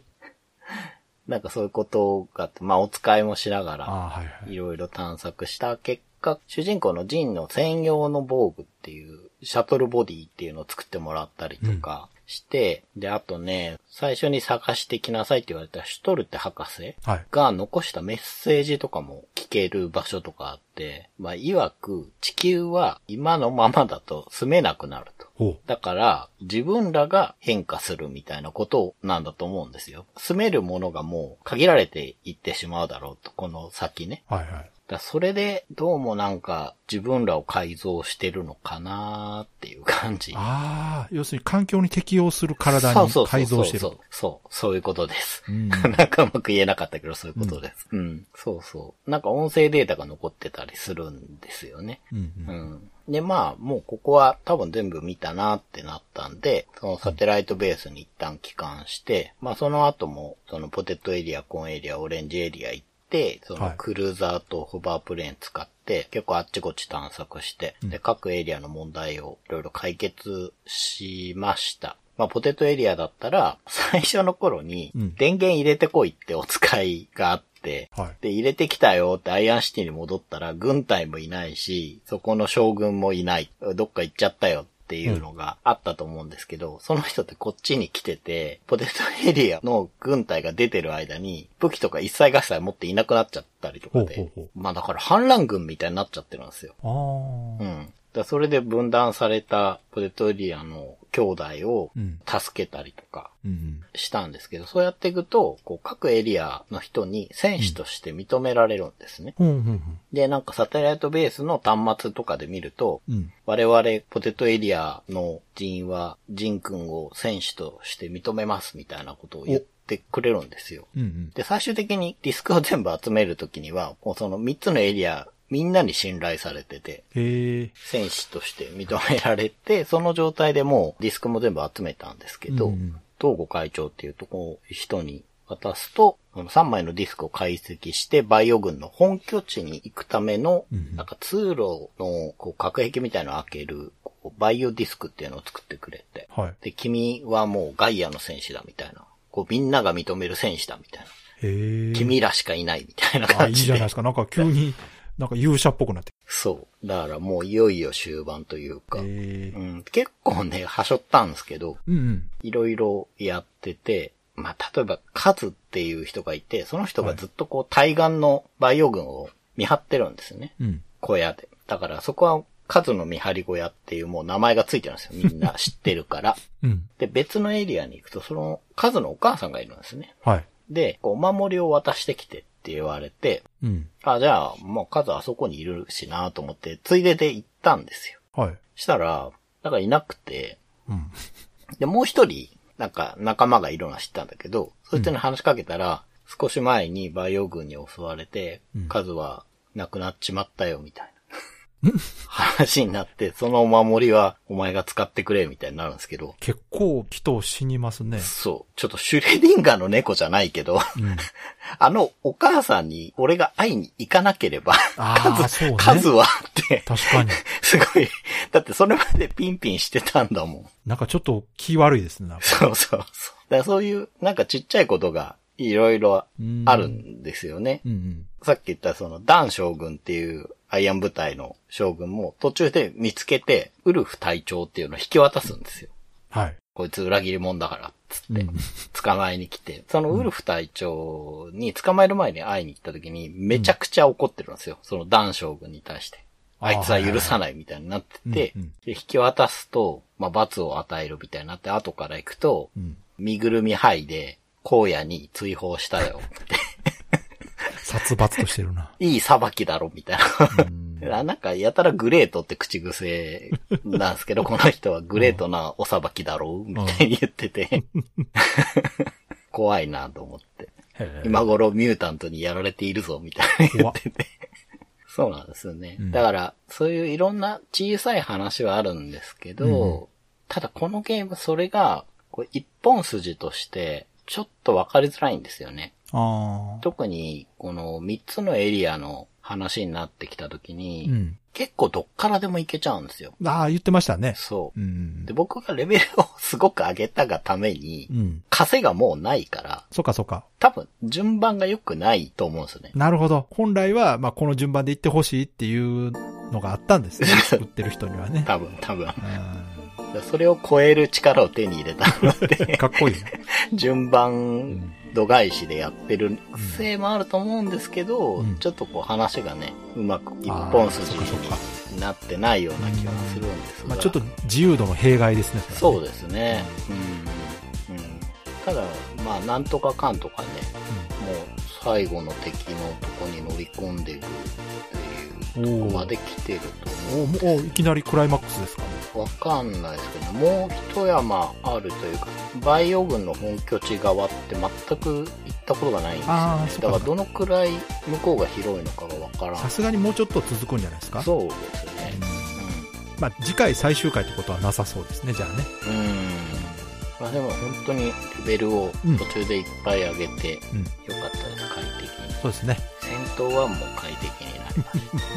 A: なんかそういうことがあって、まあお使いもしながら、
B: ああ、はいはいい。
A: ろいろ探索した結果、主人公のジンの専用の防具っていう、シャトルボディっていうのを作ってもらったりとかして、で、あとね、最初に探してきなさいって言われたシュトルテ博士
B: はい。
A: が残したメッセージとかも聞ける場所とかあって、まあ、いわく地球は今のままだと住めなくなると。
B: ほう。
A: だから、自分らが変化するみたいなことなんだと思うんですよ。住めるものがもう限られていってしまうだろうと、この先ね。
B: はいはい。
A: だそれで、どうもなんか、自分らを改造してるのかなーっていう感じ。
B: ああ、要するに環境に適応する体に改造してる
A: そう。そうそうそう、そういうことです。
B: うん。
A: なんかうまく言えなかったけど、そういうことです。うん、そうそう。なんか音声データが残ってたりするんですよね。
B: うんう。
A: うんん。で、まあ、もうここは多分全部見たなってなったんで、そのサテライトベースに一旦帰還して、まあその後も、そのポテトエリア、コーンエリア、オレンジエリア行って、そ
B: は
A: の
B: い
A: クルーザーとホバープレーン使って、結構あっちこっち探索して、で、各エリアの問題をいろいろ解決しました。まあ、ポテトエリアだったら、最初の頃に
B: うん、
A: 電源入れてこいってお使いがあって、
B: はい。
A: で、入れてきたよってアイアンシティに戻ったら、軍隊もいないし、そこの将軍もいない、どっか行っちゃったよっていうのがあったと思うんですけど、その人ってこっちに来てて、ポテトエリアの軍隊が出てる間に、武器とか一切合切持っていなくなっちゃったりとかで、
B: ほうほうほ
A: まあだから反乱軍みたいになっちゃってるんですよ。
B: ああ
A: う。ん。だからそれで分断されたポテトエリアの兄弟を
B: うん。
A: 助けたりとか、
B: うん。
A: したんですけど、そうやっていくと、こう、各エリアの人に戦士として認められるんですね。
B: うん。うんうん。
A: で、なんかサテライトベースの端末とかで見ると、
B: うん。
A: 我々ポテトエリアの人員は、人君を戦士として認めますみたいなことを言ってくれるんですよ。
B: うんうん。
A: で、最終的にディスクを全部集めるときには、もうその3つのエリア、みんなに信頼されてて、
B: へえ。
A: 戦士として認められて、 その状態でもうディスクも全部集めたんですけど、
B: うんうん
A: 東郷会長っていうとこう人に渡すと、その3枚のディスクを解析して、バイオ軍の本拠地に行くための
B: うんうん、
A: なんか通路のこう隔壁みたいなのを開ける、こうバイオディスクっていうのを作ってくれて、
B: はい。
A: で、君はもうガイアの戦士だみたいな、こうみんなが認める戦士だみたいな、
B: へえ。
A: 君らしかいないみたいな
B: あ、い
A: 感
B: い
A: じ
B: じゃ
A: で
B: ないですか。なんか急に、なんか勇者っぽくなって
A: そう。だからもういよいよ終盤というか、
B: え
A: う。ん、結構ね、はしょったんですけど、
B: うんうん。
A: いろいろやってて、まあ、例えば、カズっていう人がいて、その人がずっとこう、対岸のバイオ軍を見張ってるんですよね。
B: うん。
A: 小屋で。だから、そこは、カズの見張り小屋っていうもう名前がついてるんですよ。みんな知ってるから。
B: うん。
A: で、別のエリアに行くと、その、カズのお母さんがいるんですね。
B: はい。
A: で、こうお守りを渡してきてって言われて、
B: うん。
A: あ、じゃあ、もうカズあそこにいるしなと思って、ついでで行ったんですよ。
B: はい。
A: したら、なんかいなくて、
B: うん。
A: で、もう一人、なんか仲間がいるのは知ったんだけど、そいつに話しかけたら、少し前にバイオ軍に襲われて、
B: うん
A: 数はなくなっちまったよ、みたいな。話になって、そのお守りはお前が使ってくれ、みたいになるんですけど、
B: 結構人死にます ね。
A: そう、ちょっとシュレディンガーの猫じゃないけ
B: う
A: ど、
B: ん。
A: あのお母さんに俺が会いに行かなければ、
B: ああ、そうね。
A: 数はって、
B: 確 かに。
A: すごい、だってそれまでピンピンしてたんだもん。
B: なんかちょっと気悪いですね。なんか
A: そうそうそう。だからそういう、なんかちっちゃいことが、いろいろあるんですよね。
B: うんうん。
A: さっき言ったその、ダン将軍っていうアイアン部隊の将軍も途中で見つけて、ウルフ隊長っていうのを引き渡すんですよ。
B: はい。
A: こいつ裏切り者だから、つって、
B: うん
A: 捕まえに来て、そのウルフ隊長に捕まえる前に会いに行った時に、めちゃくちゃ怒ってるんですよ。その男将軍に対して。あいつは許さないみたいになってて、
B: うんうん
A: で引き渡すと、まあ、罰を与えるみたいになって、後から行くと、
B: うん。
A: 身ぐるみ剥いで、荒野に追放したよ。。
B: 殺伐としてるな
A: いい裁きだろ、みたい
B: うん
A: な。なんか、やたらグレートって口癖なんですけど、この人はグレートなお裁きだろ、みたいに言ってて。怖いなと思って。
B: へえ
A: 今頃ミュータントにやられているぞ、みたいな言ってて。そうなんですよね。
B: うん
A: だから、そういういろんな小さい話はあるんですけど、ただこのゲームそれが、これ一本筋として、ちょっとわかりづらいんですよね。
B: ああ。
A: 特に、この3つのエリアの話になってきた時に、
B: うん。
A: 結構どっからでも行けちゃうんですよ。
B: ああ、言ってましたね。
A: そうう。
B: ん
A: で、。僕がレベルをすごく上げたがために
B: う、ん。
A: 稼がもうないから、
B: そっかそっか。
A: 多分順番が良くないと思うんですよね。
B: なるほど。本来は、まあ、この順番で行ってほしいっていうのがあったんです ね。売ってる人にはね。
A: 多分、多分。
B: う
A: それを超える力を手に 入れたので、
B: んかっこいいな。
A: 順番度外視でやってるせいもあると思うんですけど、
B: うん
A: ちょっとこう話がね、うまく一
B: あー
A: 本筋
B: そっかそっか
A: になってないような気がするんですが。
B: まあ、ちょっと自由度の弊害ですね。れ
A: そ
B: は
A: う
B: ね
A: ですね。うん。うん。ただ、まあ、なんとかかんとかね、もう最後の敵のとこに乗り込んでいくっていうとこまで来てると思う
B: おもうおいきなりクライマックスですかね。
A: わかんないですけど、もう一山あるというか、バイオ軍の本拠地側って全く行ったことがないんですよ
B: ああ、
A: ね。
B: そ
A: だ
B: っ
A: か
B: か
A: ら
B: そ
A: ど
B: っ
A: のくらい向こうが広いのかがわから
B: か。
A: ん
B: さ。すがにもうちょっと続くんじゃないですか。
A: そうですね。
B: まあ、次回最終回ってことはなさそうですね、じゃあね。
A: うん。うん。まあでも本当にレベルを
B: うん
A: 途中でいっぱい上
B: う
A: げて、よ
B: ん。
A: かったです、快適に。
B: そうですね。
A: 戦闘はもう快適になります。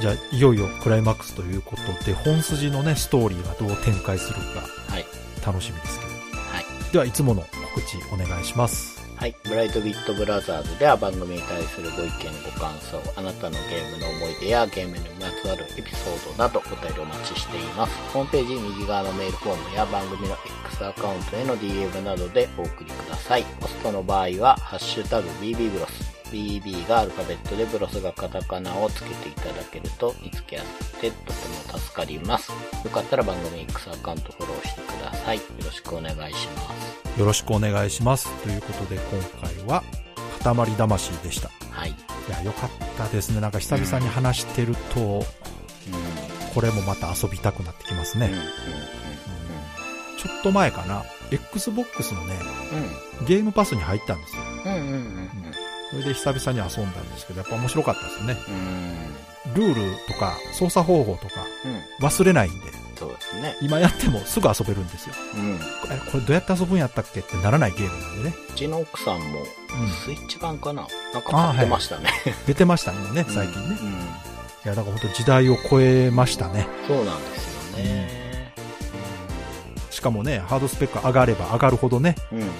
B: じゃあ、いよいよクライマックスということで、本筋のね、ストーリーがどう展開する
A: はい。
B: か楽しみですけど。
A: はい。
B: では、いつもの告知お願いします。
A: はい。ブライトビットブラザーズでは番組に対するご意見、ご感想、あなたのゲームの思い出やゲームにまつわるエピソードなどお便りお待ちしています。ホームページ右側のメールフォームや番組の X アカウントへの DM などでお送りください。ホストの場合は、ハッシュタグ BB ブロス。BB がアルファベットでブロスがカタカナをつけていただけると見つけやすくてとても助かります。よかったら番組 X アカウントフォローしてください。よろしくお願いします。
B: よろしくお願いします。ということで、今回は、塊魂でした。
A: はい。
B: いや、よかったですね。なんか久々に話してると、
A: うん
B: これもまた遊びたくなってきます
A: うん
B: ね。
A: う
B: ちょっと前かな、Xbox のね、
A: ん
B: ゲームパスに入ったんですよ。
A: うんうんうんうんうん
B: それで久々に遊んだんですけど、やっぱ面白かったですね。
A: うん
B: ルールとか操作方法とか
A: うん
B: 忘れないんで、
A: そうですね。
B: 今やってもすぐ遊べるんですよ。
A: うん。う
B: えこれどうやって遊ぶんやったっけってならないゲームなんでね。
A: ちの奥さんも、
B: う
A: スイッチ版かななんか買ってましたね。
B: ん。出てましたもんね、最近ね。いや、だから本当時代を超えましたね。
A: うん。そうなんですよね。
B: しかもね、ハードスペック上がれば上がるほどね、
A: うん。うん。うん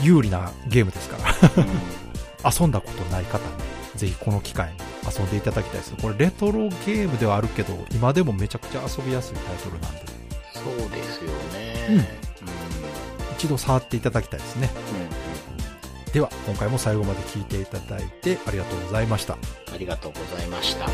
B: 有利なゲームですから。
A: うん
B: 遊んだことない方にぜひこの機会に遊んでいただきたいですこれレトロゲームではあるけど今でもめちゃくちゃ遊びやすいタイトルなんで
A: そうですよね。うん
B: 一度触っていただきたいですね
A: うん。
B: では今回も最後まで聞いていただいてありがとうございました
A: ありがとうございました。